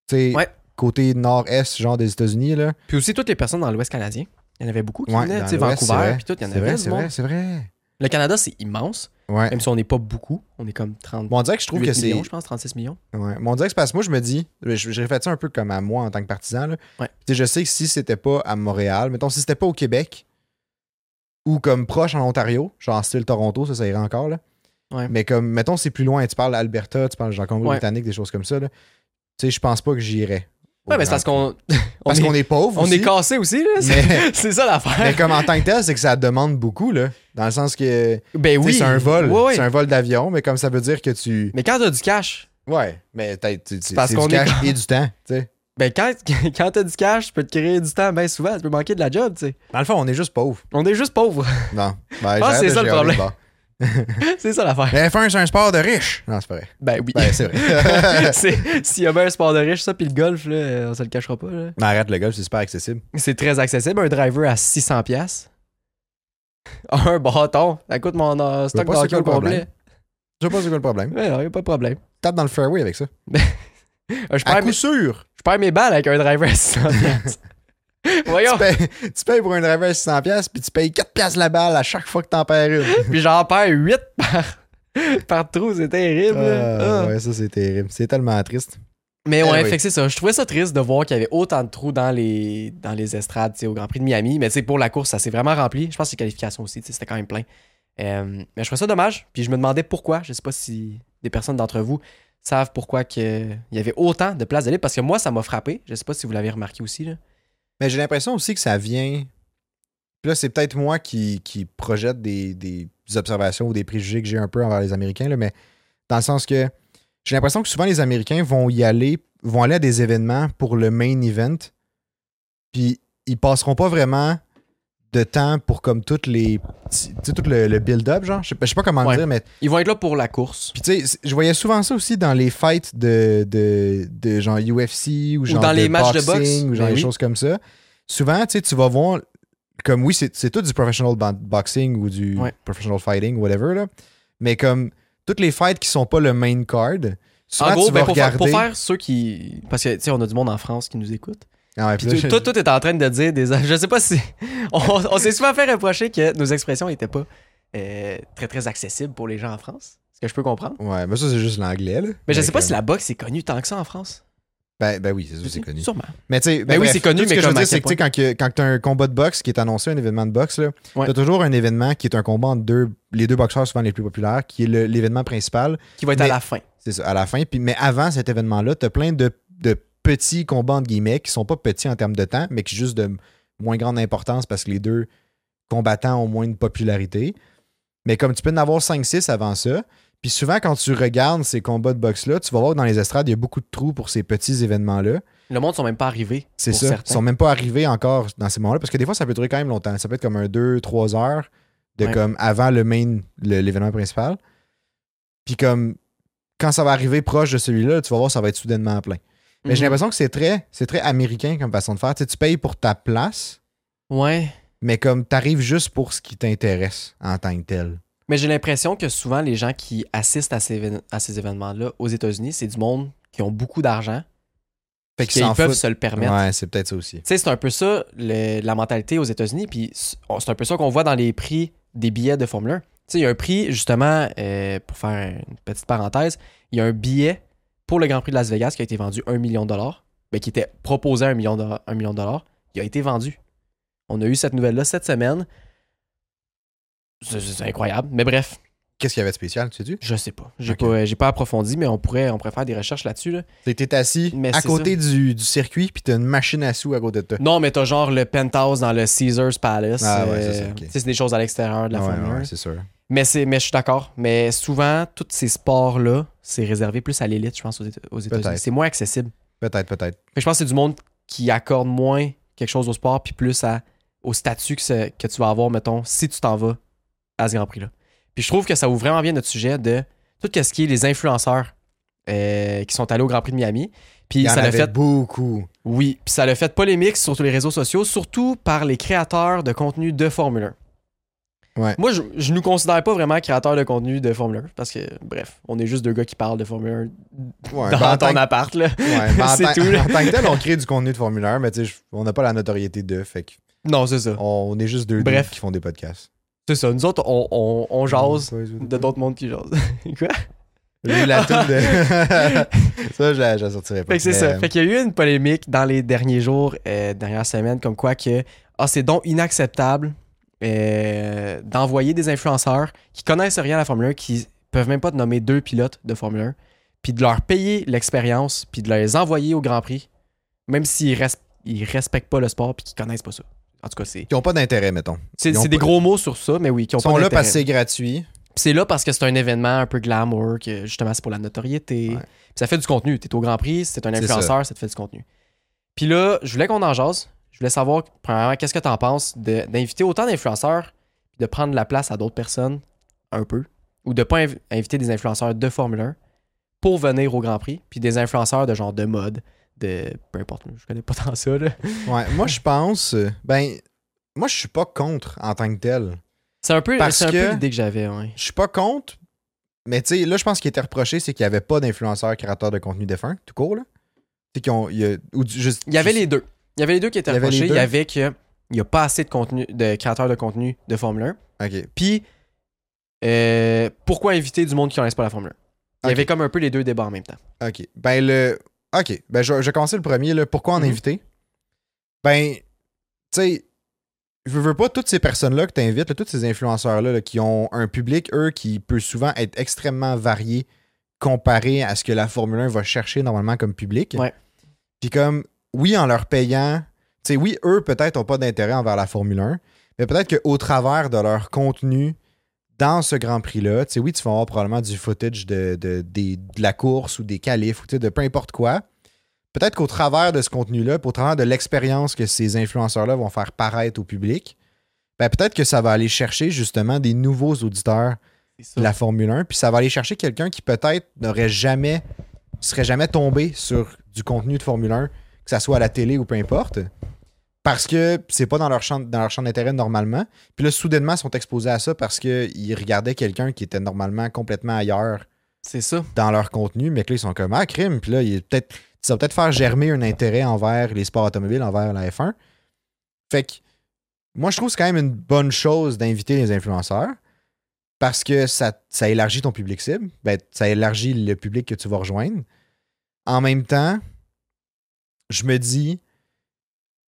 B: tu sais,
A: Ouais.
B: côté nord-est, genre des États-Unis. là.
A: Puis aussi, toutes les personnes dans l'Ouest canadien. Il y en avait beaucoup qui
B: Ouais,
A: venaient,
B: dans
A: tu sais,
B: l'Ouest, c'est
A: Vancouver,
B: vrai.
A: puis tout. Il y en
B: C'est
A: avait
B: vrai,
A: du
B: c'est
A: monde.
B: vrai, c'est vrai.
A: Le Canada, c'est immense,
B: Ouais.
A: même si on n'est pas beaucoup. On est comme 30
B: Bon, on dirait que je trouve que c'est.
A: millions, je pense, 36 millions.
B: Ouais. Mais on dirait que c'est parce que moi, je me dis, ben, je, je réfléchis un peu comme à moi en tant que partisan. Là.
A: Ouais.
B: Tu sais, Je sais que si c'était pas à Montréal, mettons, si c'était pas au Québec ou comme proche en Ontario, genre style Toronto, ça, ça irait encore. Là.
A: Ouais.
B: Mais comme, mettons, c'est plus loin, tu parles Alberta, tu parles genre Colombie-Britannique, des choses comme ça. là. Tu sais, je pense pas que j'irais. au
A: Ouais, mais c'est
B: Grand
A: parce qu'on.
B: Prix. Parce
A: on
B: qu'on est, pauvre.
A: On
B: aussi,
A: est cassé aussi, là. C'est-
B: mais,
A: C'est ça
B: mais
A: l'affaire.
B: comme en tant que tel, c'est que ça demande beaucoup, là. Dans le sens que tu
A: Ben
B: sais,
A: oui.
B: c'est un vol.
A: Ouais, ouais.
B: C'est un vol d'avion, mais comme ça veut dire que tu.
A: Mais quand t'as du cash,
B: Ouais, mais peut-être tu- tu- c'est
A: parce
B: du
A: qu'on est
B: cash et du temps. tu sais.
A: Ben, quand, quand t'as du cash, tu peux te créer du temps, ben souvent, tu peux manquer de la job, tu sais.
B: Dans le fond, on est juste pauvres.
A: On est juste pauvres.
B: Non.
A: Ah,
B: Ben, j'arrête
A: c'est
B: de
A: ça le
B: gérer,
A: problème.
B: bon.
A: c'est ça l'affaire.
B: Mais F1, c'est un sport de riche. Non, c'est pas vrai.
A: Ben oui.
B: Ben, c'est vrai.
A: C'est- S'il y avait un sport de riche, ça, puis le golf, là, euh, on se le cachera pas. là.
B: Mais arrête le golf, c'est super accessible.
A: C'est très accessible. Un driver à 600$. piastres. Un bâton. Ça coûte mon euh, stock
B: pas, c'est
A: d'hockey au
B: quoi le
A: complet.
B: Je sais pas c'est quoi le problème.
A: Ouais, non, y a pas de problème.
B: Tape dans le fairway avec ça.
A: Euh, Je
B: À
A: perds,
B: coup
A: mes-
B: sûr.
A: je perds mes balles avec un driver à 600$. piastres. Voyons.
B: Tu payes, tu payes pour un driver à 600 pièces puis tu payes 4 pièces la balle à chaque fois que t'en perds une.
A: Puis j'en perds 8 par, par trou. C'est terrible. là.
B: Ah,
A: Ah.
B: Ouais, ça c'est terrible. C'est tellement triste.
A: Mais ouais,
B: Eh oui.
A: fait que c'est ça. Je trouvais ça triste de voir qu'il y avait autant de trous dans les, dans les estrades tu sais, au Grand Prix de Miami. Mais tu sais, pour la course, ça s'est vraiment rempli. Je pense que les qualifications aussi, tu sais, c'était quand même plein. Euh, mais je trouvais ça dommage. Puis je me demandais pourquoi. Je sais pas si des personnes d'entre vous savent pourquoi que- il y avait autant de places de libre. Parce que moi, ça m'a frappé. Je sais pas si vous l'avez remarqué aussi. Là.
B: Mais j'ai l'impression aussi que ça vient. Puis là, c'est peut-être moi qui, qui projette des, des observations ou des préjugés que j'ai un peu envers les Américains, là, mais dans le sens que j'ai l'impression que souvent les Américains vont y aller, vont aller à des événements pour le main event, puis ils passeront pas vraiment de temps pour comme toutes les petits- tu sais, tout le, le build-up genre je sais pas, je sais pas comment
A: Ouais.
B: dire mais
A: Ils vont être là pour la course.
B: puis tu sais c- je voyais souvent ça aussi dans les fights de, de, de genre UFC ou genre
A: dans
B: de
A: les matchs de boxe.
B: boxing, ou genre
A: Ben
B: des
A: oui.
B: choses comme ça souvent tu sais tu vas voir comme oui c'est c'est tout du professional ban- boxing ou du
A: Ouais.
B: professional fighting whatever là mais comme toutes les fights qui sont pas le main card souvent
A: en gros,
B: Ah, tu vas
A: ben, pour, faire,
B: regarder
A: pour faire ceux qui. Parce que, tu sais, on a du monde en France qui nous écoute.
B: Ah ouais,
A: Puis
B: puis là,
A: tu-
B: je-
A: toi, toi, t'es en train de dire des. Je sais pas si. On, on s'est souvent fait reprocher que nos expressions n'étaient pas euh, très, très accessibles pour les gens en France. Ce que je peux comprendre.
B: ouais mais ça c'est juste l'anglais là
A: Mais je sais pas
B: comme-
A: si la Mm-hmm. boxe est connue tant que ça en France.
B: ben, ben oui c'est sûr, c'est connu
A: Sûrement.
B: Mais tu sais,
A: Ben oui,
B: bref,
A: c'est connu,
B: tout ce
A: mais
B: que je veux
A: comme à
B: dire, c'est
A: quel
B: que tu sais, quand, que- quand t'as un combat de boxe qui est annoncé, un événement de boxe, là,
A: Ouais.
B: t'as toujours un événement qui est un combat entre deux, les deux boxeurs souvent les plus populaires, qui est le- l'événement principal.
A: Qui va être à
B: Mais-
A: la fin.
B: C'est ça, à la fin. Puis, mais avant cet événement-là, t'as plein de, de petits combats entre guillemets qui sont pas petits en termes de temps, mais qui juste de moins grande importance parce que les deux combattants ont moins de popularité. Mais comme tu peux en avoir 5-6 avant ça, puis souvent quand tu regardes ces combats de boxe-là, tu vas voir que dans les estrades, il y a beaucoup de trous pour ces petits événements-là.
A: Le monde sont même pas arrivés.
B: C'est
A: pour
B: ça.
A: certains.
B: Ils sont même pas arrivés encore dans ces moments-là. Parce que des fois, ça peut durer quand même longtemps. Ça peut être comme un 2-3 heures de
A: Ouais.
B: comme avant le main, le- l'événement principal. Puis comme quand ça va arriver proche de celui-là, tu vas voir, ça va être soudainement plein. Mais j'ai
A: Mhm.
B: l'impression que c'est très, c'est très américain comme façon de faire. Tu, sais, tu payes pour ta place,
A: Ouais.
B: mais comme t'arrives juste pour ce qui t'intéresse en tant que tel.
A: Mais j'ai l'impression que souvent, les gens qui assistent à ces, évén- à ces événements-là aux États-Unis, c'est du monde qui ont beaucoup d'argent.
B: Fait
A: Qui
B: qu'ils s'en
A: peuvent
B: foutent.
A: se le permettre.
B: Ouais, c'est peut-être ça aussi.
A: Tu sais, c'est un peu ça, le- la mentalité aux États-Unis. Puis c'est c'est un peu ça qu'on voit dans les prix des billets de Formule 1. Tu sais, il y a un prix, justement, euh, pour faire une petite parenthèse, il y a un billet pour le Grand Prix de Las Vegas qui a été vendu 1 million de dollars, mais qui était proposé à 1 million de, un million de dollars. Il a été vendu. On a eu cette nouvelle-là cette semaine. C'est- C'est c'est incroyable. Mais bref,
B: Qu'est-ce qu'il y avait de spécial, tu sais tu
A: je sais pas. J'ai
B: Ok.
A: pas, j'ai pas approfondi, mais on pourrait, on pourrait faire des recherches là-dessus. là.
B: T'es- T'es assis
A: Mais
B: à
A: c'est
B: côté du, du circuit, puis t'as une machine à sous à côté de toi.
A: Non, mais t'as genre le penthouse dans le Caesars Palace.
B: Ah ouais,
A: euh,
B: c'est ça, ok.
A: tu sais, c'est des choses à l'extérieur de la
B: Ouais,
A: Formule 1.
B: ouais, c'est sûr.
A: Mais, c'est, mais je suis d'accord. Mais souvent, tous ces sports-là, c'est réservé plus à l'élite, je pense, aux, Éta- aux États-Unis.
B: Peut-être.
A: C'est moins accessible.
B: Peut-être, peut-être.
A: Fait que je pense que c'est du monde qui accorde moins quelque chose au sport, puis plus à, au statut que, ce- que tu vas avoir, mettons, si tu t'en vas à ce Grand Prix-là. Puis je trouve que ça ouvre vraiment bien notre sujet de tout ce qui est les influenceurs euh, qui sont allés au Grand Prix de Miami. Puis
B: Il y en
A: ça l'a
B: avait
A: fait
B: beaucoup.
A: oui, puis ça l'a fait polémique sur tous les réseaux sociaux, surtout par les créateurs de contenu de Formule 1.
B: Ouais.
A: Moi, je, je nous considère pas vraiment créateurs de contenu de Formule 1 parce que, bref, on est juste deux gars qui parlent de Formule
B: Ouais,
A: 1
B: ben,
A: dans
B: en tant
A: ton
B: que-
A: appart, là.
B: ouais, ben, en
A: C'est
B: tant-
A: tout, là.
B: En tant que tel, on crée du contenu de Formule 1, mais tu sais, je- on n'a pas la notoriété de, fait que
A: Non, c'est ça.
B: on, on est juste deux
A: Bref.
B: dudes qui font des podcasts.
A: C'est ça. Nous autres, on, on, on jase de
B: De
A: d'autres mondes qui jasent. Quoi?
B: J'ai eu la toune de... ça, je la, je la sortirai pas.
A: Fait que c'est
B: Mais,
A: ça. Fait qu'il y a eu une polémique dans les derniers jours, euh, dernières semaines, comme quoi que ah, c'est donc inacceptable euh, d'envoyer des influenceurs qui connaissent rien à la Formule 1, qui peuvent même pas te nommer deux pilotes de Formule 1, puis de leur payer l'expérience, puis de les envoyer au Grand Prix, même s'ils res- ils respectent pas le sport, puis qu'ils connaissent pas ça. En tout cas, c'est
B: Qui n'ont pas d'intérêt, mettons.
A: c'est-
B: Ils ont
A: c'est des
B: pas-
A: gros mots sur ça, mais oui, qui ont
B: Ils sont
A: pas
B: là
A: d'intérêt.
B: parce que c'est gratuit.
A: Puis c'est là parce que c'est un événement un peu glamour, que justement c'est pour la notoriété.
B: Ouais.
A: Puis ça fait du contenu. T'es au Grand Prix, c'est un
B: C'est ça.
A: influenceur, ça te fait du contenu. Puis là, je voulais qu'on en jase. Je voulais savoir, premièrement, qu'est-ce que t'en penses de- d'inviter autant d'influenceurs, puis de prendre la place à d'autres personnes, un peu, ou de pas inv- inviter des influenceurs de Formule 1 pour venir au Grand Prix, puis des influenceurs de genre de mode, de peu importe, je connais pas tant ça, là.
B: Ouais, moi, je pense. euh, Ben, moi, je suis pas contre en tant que tel.
A: C'est un peu,
B: Parce
A: c'est un peu
B: que-
A: l'idée que j'avais, ouais.
B: Je suis pas contre, mais tu sais, là, je pense qu'il était reproché, c'est qu'il n'y avait pas d'influenceurs créateurs de contenu défunt, tout court, là. Tu sais, qu'ils ont. il y a- ou du- juste-
A: Il y avait
B: juste-
A: les deux. Il y avait les deux qui étaient
B: Il y avait
A: reprochés.
B: les
A: Il
B: deux.
A: y avait que il n'y a pas assez de contenu de créateurs de contenu de Formule 1.
B: Ok.
A: Puis euh, pourquoi inviter du monde qui ne connaisse pas la Formule 1? Il
B: Ok.
A: y avait comme un peu les deux débats en même temps.
B: OK. Ben le. OK. Ben je, je vais commencer le premier. Là. Pourquoi en
A: Mhm.
B: inviter? Ben, tu sais, je veux pas toutes ces personnes-là que tu invites, tous ces influenceurs-là là, qui ont un public, eux, qui peut souvent être extrêmement varié comparé à ce que la Formule 1 va chercher normalement comme public.
A: Ouais.
B: Puis comme, oui, en leur payant, tu sais, oui, eux, peut-être, n'ont pas d'intérêt envers la Formule 1, mais peut-être qu'au travers de leur contenu dans ce Grand Prix-là, tu sais, oui, tu vas avoir probablement du footage de, de- des- de la course ou des qualifs ou tu sais, de peu importe quoi. Peut-être qu'au travers de ce contenu-là, puis au travers de l'expérience que ces influenceurs-là vont faire paraître au public, ben, peut-être que ça va aller chercher justement des nouveaux auditeurs de la Formule 1, puis ça va aller chercher quelqu'un qui peut-être n'aurait jamais, serait jamais tombé sur du contenu de Formule 1, que ça soit à la télé ou peu importe, parce que c'est pas dans leur champ, dans leur champ d'intérêt normalement. Puis là, soudainement, ils sont exposés à ça parce qu'ils regardaient quelqu'un qui était normalement complètement ailleurs
A: C'est ça.
B: dans leur contenu, mais que là, ils sont comme Ah, crime. Puis là, il est peut-être, ça va peut-être faire germer un intérêt envers les sports automobiles, envers la F1. Fait que moi, je trouve que c'est quand même une bonne chose d'inviter les influenceurs parce que ça, ça élargit ton public cible. Ben, ça élargit le public que tu vas rejoindre. En même temps, je me dis,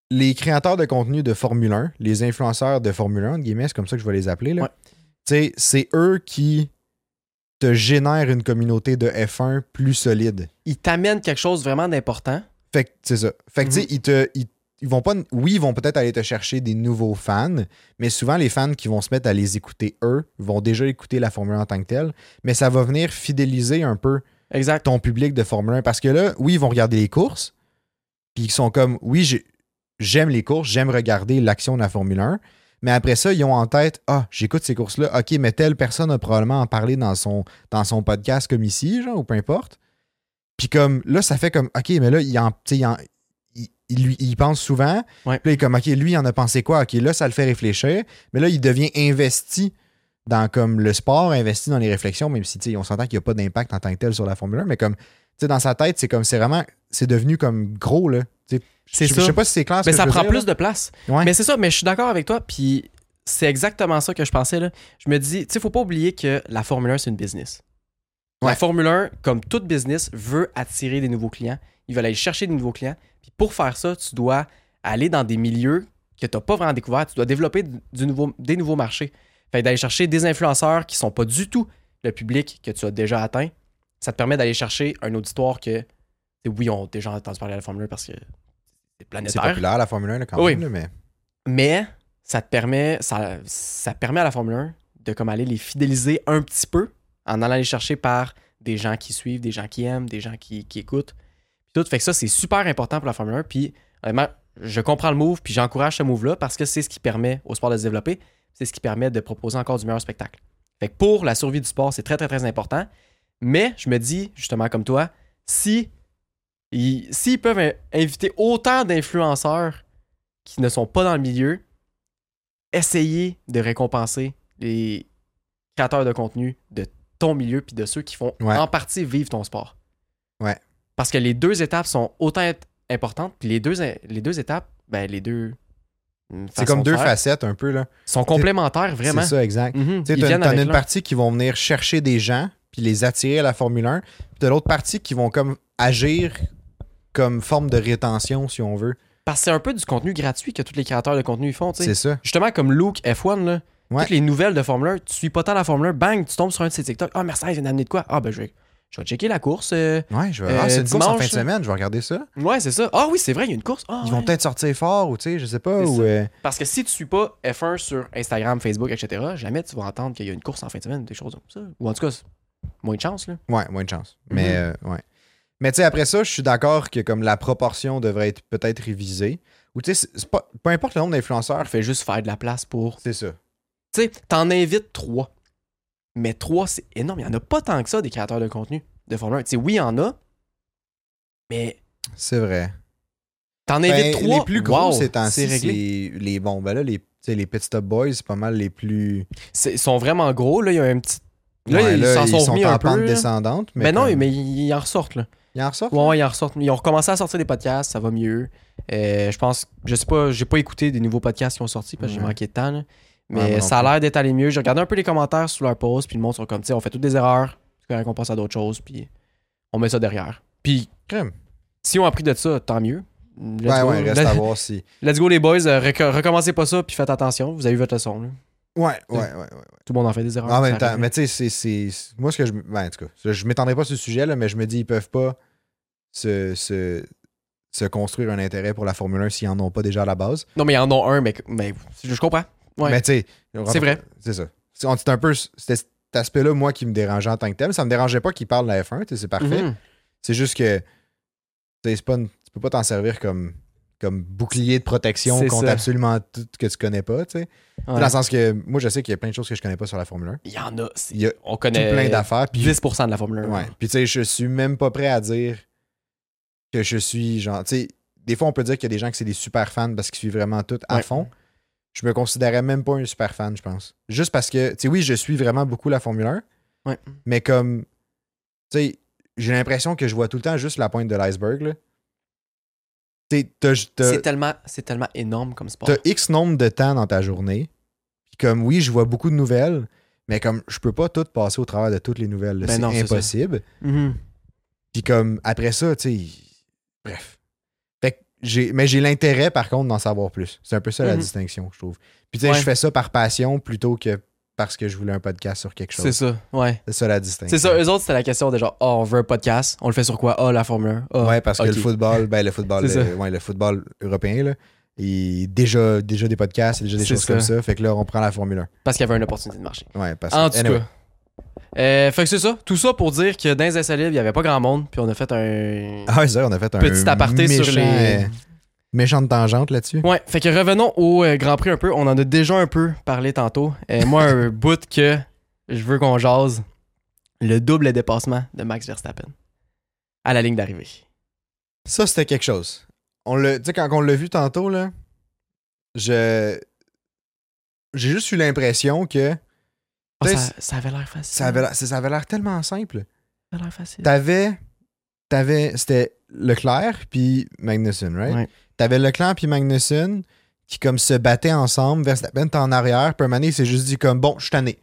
B: les créateurs de contenu de Formule 1, les influenceurs de Formule 1, entre guillemets, c'est comme ça que je vais les appeler, là.
A: Ouais.
B: Tu sais, c'est eux qui te génèrent une communauté de F1 plus solide.
A: Ils t'amènent quelque chose vraiment d'important.
B: Fait que, c'est ça. Fait que, tu sais,
A: Mhm.
B: ils te. ils- ils vont pas, oui, ils vont peut-être aller te chercher des nouveaux fans, mais souvent les fans qui vont se mettre à les écouter eux vont déjà écouter la Formule 1 en tant que telle, mais ça va venir fidéliser un peu
A: Exact.
B: ton public de Formule 1 parce que là, oui, ils vont regarder les courses, puis ils sont comme, oui, j'ai- j'aime les courses, j'aime regarder l'action de la Formule 1, mais après ça, ils ont en tête, ah, j'écoute ces courses-là, ok, mais telle personne a probablement en parlé dans son, dans son podcast comme ici, genre, ou peu importe. Puis comme, là, ça fait comme, ok, mais là, il, en, tu sais, il, en- il- il lui- il pense souvent,
A: Ouais.
B: puis là, il est comme, ok, lui, il en a pensé quoi, ok, là, ça le fait réfléchir, mais là, il devient investi dans comme le sport, investi dans les réflexions, même si tu sais, on s'entend qu'il n'y a pas d'impact en tant que tel sur la Formule 1, mais comme tu sais, dans sa tête, c'est comme c'est vraiment c'est devenu comme gros là. Tu sais,
A: C'est
B: je,
A: ça.
B: je sais pas si c'est clair. ce
A: Mais
B: que
A: Ben, ça
B: je veux
A: prend
B: dire,
A: plus de place.
B: là. Ouais.
A: Mais c'est ça, mais je suis d'accord avec toi. Puis c'est exactement ça que je pensais. Là. Je me dis, tu sais, faut pas oublier que la Formule 1, c'est une business.
B: Ouais.
A: La Formule 1, comme toute business, veut attirer des nouveaux clients. Ils veulent aller chercher des nouveaux clients. Puis pour faire ça, tu dois aller dans des milieux que tu n'as pas vraiment découvert. Tu dois développer du du nouveau, des nouveaux marchés. Fait que d'aller chercher des influenceurs qui sont pas du tout le public que tu as déjà atteint, ça te permet d'aller chercher un auditoire que, tu sais, oui, on a déjà entendu parler de la Formule 1 parce que c'est
B: c'est
A: planétaire.
B: populaire la Formule 1 là, quand
A: Oui.
B: même, là, mais
A: Mais ça te permet, ça, ça permet à la Formule 1 de comme aller les fidéliser un petit peu en allant les chercher par des gens qui suivent, des gens qui aiment, des gens qui, qui écoutent. Puis tout fait que ça, c'est super important pour la Formule 1. Puis honnêtement, je comprends le move, puis j'encourage ce move-là parce que c'est ce qui permet au sport de se développer. C'est ce qui permet de proposer encore du meilleur spectacle. Fait que pour la survie du sport, c'est très, très, très important. Mais je me dis, justement comme toi, si ils, s'ils peuvent in- inviter autant d'influenceurs qui ne sont pas dans le milieu, essayez de récompenser les créateurs de contenu de ton milieu puis de ceux qui font
B: Ouais.
A: en partie vivre ton sport.
B: Ouais.
A: Parce que les deux étapes sont autant ép- importantes, puis les deux, les deux étapes, ben les deux.
B: c'est comme deux
A: faces.
B: facettes un peu là.
A: Sont complémentaires, vraiment.
B: C'est ça exact.
A: Mhm,
B: Tu sais,
A: ils
B: t'en
A: viennent
B: t'en as
A: avec
B: une
A: leur-
B: partie qui vont venir chercher des gens puis les attirer à la Formule 1, puis de l'autre partie qui vont comme agir comme forme de rétention si on veut.
A: Parce que c'est un peu du contenu gratuit que tous les créateurs de contenu font. tu sais.
B: C'est ça.
A: Justement, comme Luke F1, là,
B: Ouais.
A: toutes les nouvelles de Formule 1, tu suis pas tant la Formule 1, bang, tu tombes sur un de ses TikTok. Ah, Mercedes vient d'amener de quoi Ah, ben je vais, Je vais checker la course. euh.
B: Ouais, je vais.
A: Euh,
B: ah, c'est une course en
A: dimanche,
B: fin de semaine, je vais regarder ça.
A: Ouais, c'est ça. Ah oui, c'est vrai, il y a une course. Ah,
B: Ils
A: ouais.
B: vont peut-être sortir fort ou tu sais, je sais pas.
A: C'est
B: Ou,
A: ça.
B: euh,
A: Parce que si tu suis pas F1 sur Instagram, Facebook, etc., jamais tu vas entendre qu'il y a une course en fin de semaine, des choses comme ça. Ou en tout cas, c'est moins de chance. Là.
B: Ouais, moins de chance.
A: Mm-hmm.
B: Mais euh, ouais. Mais tu sais, après ça, je suis d'accord que comme la proportion devrait être peut-être révisée. Ou tu sais, c'est- c'est pas- peu importe le nombre d'influenceurs,
A: Fais juste faire de la place pour.
B: c'est ça.
A: Tu sais, t'en invites trois. Mais trois, c'est énorme. Il n'y en a pas tant que ça des créateurs de contenu de Formule 1. Tu sais, oui, il y en a. Mais
B: C'est vrai.
A: t'en
B: Ben,
A: invites trois.
B: les plus gros,
A: wow,
B: ces temps-ci,
A: c'est
B: c'est
A: réglé.
B: les bons. Ben là, les, tu sais, les Pit Stop Boys, c'est pas mal les plus.
A: C'est- Ils sont vraiment gros. Là, il y a un petit. Là,
B: Ouais,
A: ils s'en sont
B: sont
A: remis
B: en
A: un peu,
B: pente
A: là.
B: descendante. Mais
A: Mais non,
B: comme-
A: mais ils ils en ressortent. Là.
B: Ils en ressortent.
A: Ouais, ouais, ils en ressortent. Ils ont recommencé à sortir des podcasts, ça va mieux. Euh, je pense, je sais pas, j'ai pas écouté des nouveaux podcasts qui ont sorti parce que j'ai
B: Ouais.
A: manqué de temps. là. Mais
B: Ouais, moi non
A: ça a
B: plus.
A: l'air d'être allé mieux. J'ai regardé un peu les commentaires sous leur pause, puis le monde sont comme, tu sais, on fait toutes des erreurs, c'est correct qu'on passe à d'autres choses, puis on met ça derrière. Puis
B: Crème.
A: si on a appris de ça, tant mieux. Let's,
B: Ouais,
A: go,
B: ouais, reste
A: Let-
B: à voir si.
A: let's go, les boys. Euh, reco- recommencez pas ça, puis faites attention. Vous avez eu votre leçon. là.
B: Ouais, ouais, ouais. ouais.
A: Tout le monde en fait des erreurs.
B: En
A: ça
B: même temps,
A: arrive.
B: mais tu sais, c'est- c'est. c'est- Moi, ce que je. Ben, en tout cas, je m'étendrai pas sur ce sujet, là, mais je me dis, ils peuvent pas se, se, se construire un intérêt pour la Formule 1 s'ils en ont pas déjà à la base.
A: Non, mais ils en ont un, mais, mais je je comprends. Ouais.
B: Mais tu sais.
A: C'est vrai.
B: C'est ça. C'est on- c'est un peu c- c'était cet aspect-là, moi, qui me dérangeait en tant que tel. Ça me dérangeait pas qu'ils parlent de la F1, tu sais, c'est parfait.
A: Mhm.
B: C'est juste que. tu sais, c'est pas une- tu peux pas t'en servir comme, comme bouclier de protection
A: C'est
B: contre
A: ça.
B: absolument tout que tu connais pas, tu sais.
A: Ouais.
B: Dans le sens que moi, je sais qu'il y a plein de choses que je connais pas sur la Formule 1.
A: Il y en a. c'est-
B: Il y a
A: On
B: tout
A: connaît
B: plein d'affaires. Puis
A: 10% de la Formule 1.
B: Ouais. Puis tu sais, je suis même pas prêt à dire que je suis genre. Tu sais, des fois, on peut dire qu'il y a des gens qui c'est des super fans parce qu'ils suivent vraiment tout à
A: Ouais.
B: fond. Je me considérais même pas un super fan, je pense. Juste parce que, tu sais, oui, je suis vraiment beaucoup la Formule 1,
A: Ouais.
B: mais comme, tu sais, j'ai l'impression que je vois tout le temps juste la pointe de l'iceberg, là. Tu sais, t'as- t'as-
A: C'est tellement, c'est tellement énorme comme sport.
B: T'as X nombre de temps dans ta journée. Puis comme oui, je vois beaucoup de nouvelles, mais comme je peux pas tout passer au travers de toutes les nouvelles. là.
A: Ben non,
B: c'est
A: c'est ça.
B: impossible.
A: Mhm.
B: Puis comme après ça, tu sais. Bref. Fait que j'ai. Mais j'ai l'intérêt par contre d'en savoir plus. C'est un peu ça la
A: Mhm.
B: distinction, je trouve. Puis tu sais,
A: Ouais.
B: je fais ça par passion plutôt que parce que je voulais un podcast sur quelque chose.
A: C'est ça, ouais.
B: C'est ça la distinction.
A: C'est ça, eux autres, c'était la question de genre, oh, on veut un podcast, on le fait sur quoi? Ah, la Formule 1. Ah,
B: Ouais, parce
A: ok.
B: que le football, ben le football,
A: C'est
B: le-
A: ça.
B: ouais, le football européen, là, il déjà, déjà des podcasts, il y a déjà des
A: C'est
B: choses comme ça. Fait que là, on prend la Formule
A: Parce qu'il y avait une opportunité de marché.
B: 1. Ouais, parce
A: En tout
B: anyway.
A: cas. Euh, fait que c'est ça. Tout ça pour dire que dans les essais libres, il n'y avait pas grand monde, puis on a fait un
B: Ah, c'est vrai, on a fait un
A: petit aparté
B: méchant,
A: sur les.
B: euh, méchante tangente là-dessus.
A: Ouais, fait que revenons au euh, Grand Prix un peu. On en a déjà un peu parlé tantôt. Euh, moi, un bout que je veux qu'on jase, le double dépassement de Max Verstappen à la ligne d'arrivée.
B: Ça, c'était quelque chose. On l'a, tu sais, quand on l'a vu tantôt, là, je. J'ai juste eu l'impression que
A: Ah,
B: Tu sais,
A: ça, ça avait l'air facile.
B: ça avait, l'air- ça avait l'air tellement simple.
A: Ça avait l'air facile.
B: T'avais. T'avais. C'était Leclerc puis Magnussen, right?
A: Ouais.
B: T'avais Leclerc puis Magnussen qui, comme, se battaient ensemble. Verstappen était en arrière. Puis un moment donné, il s'est juste dit, comme, bon, je suis tanné.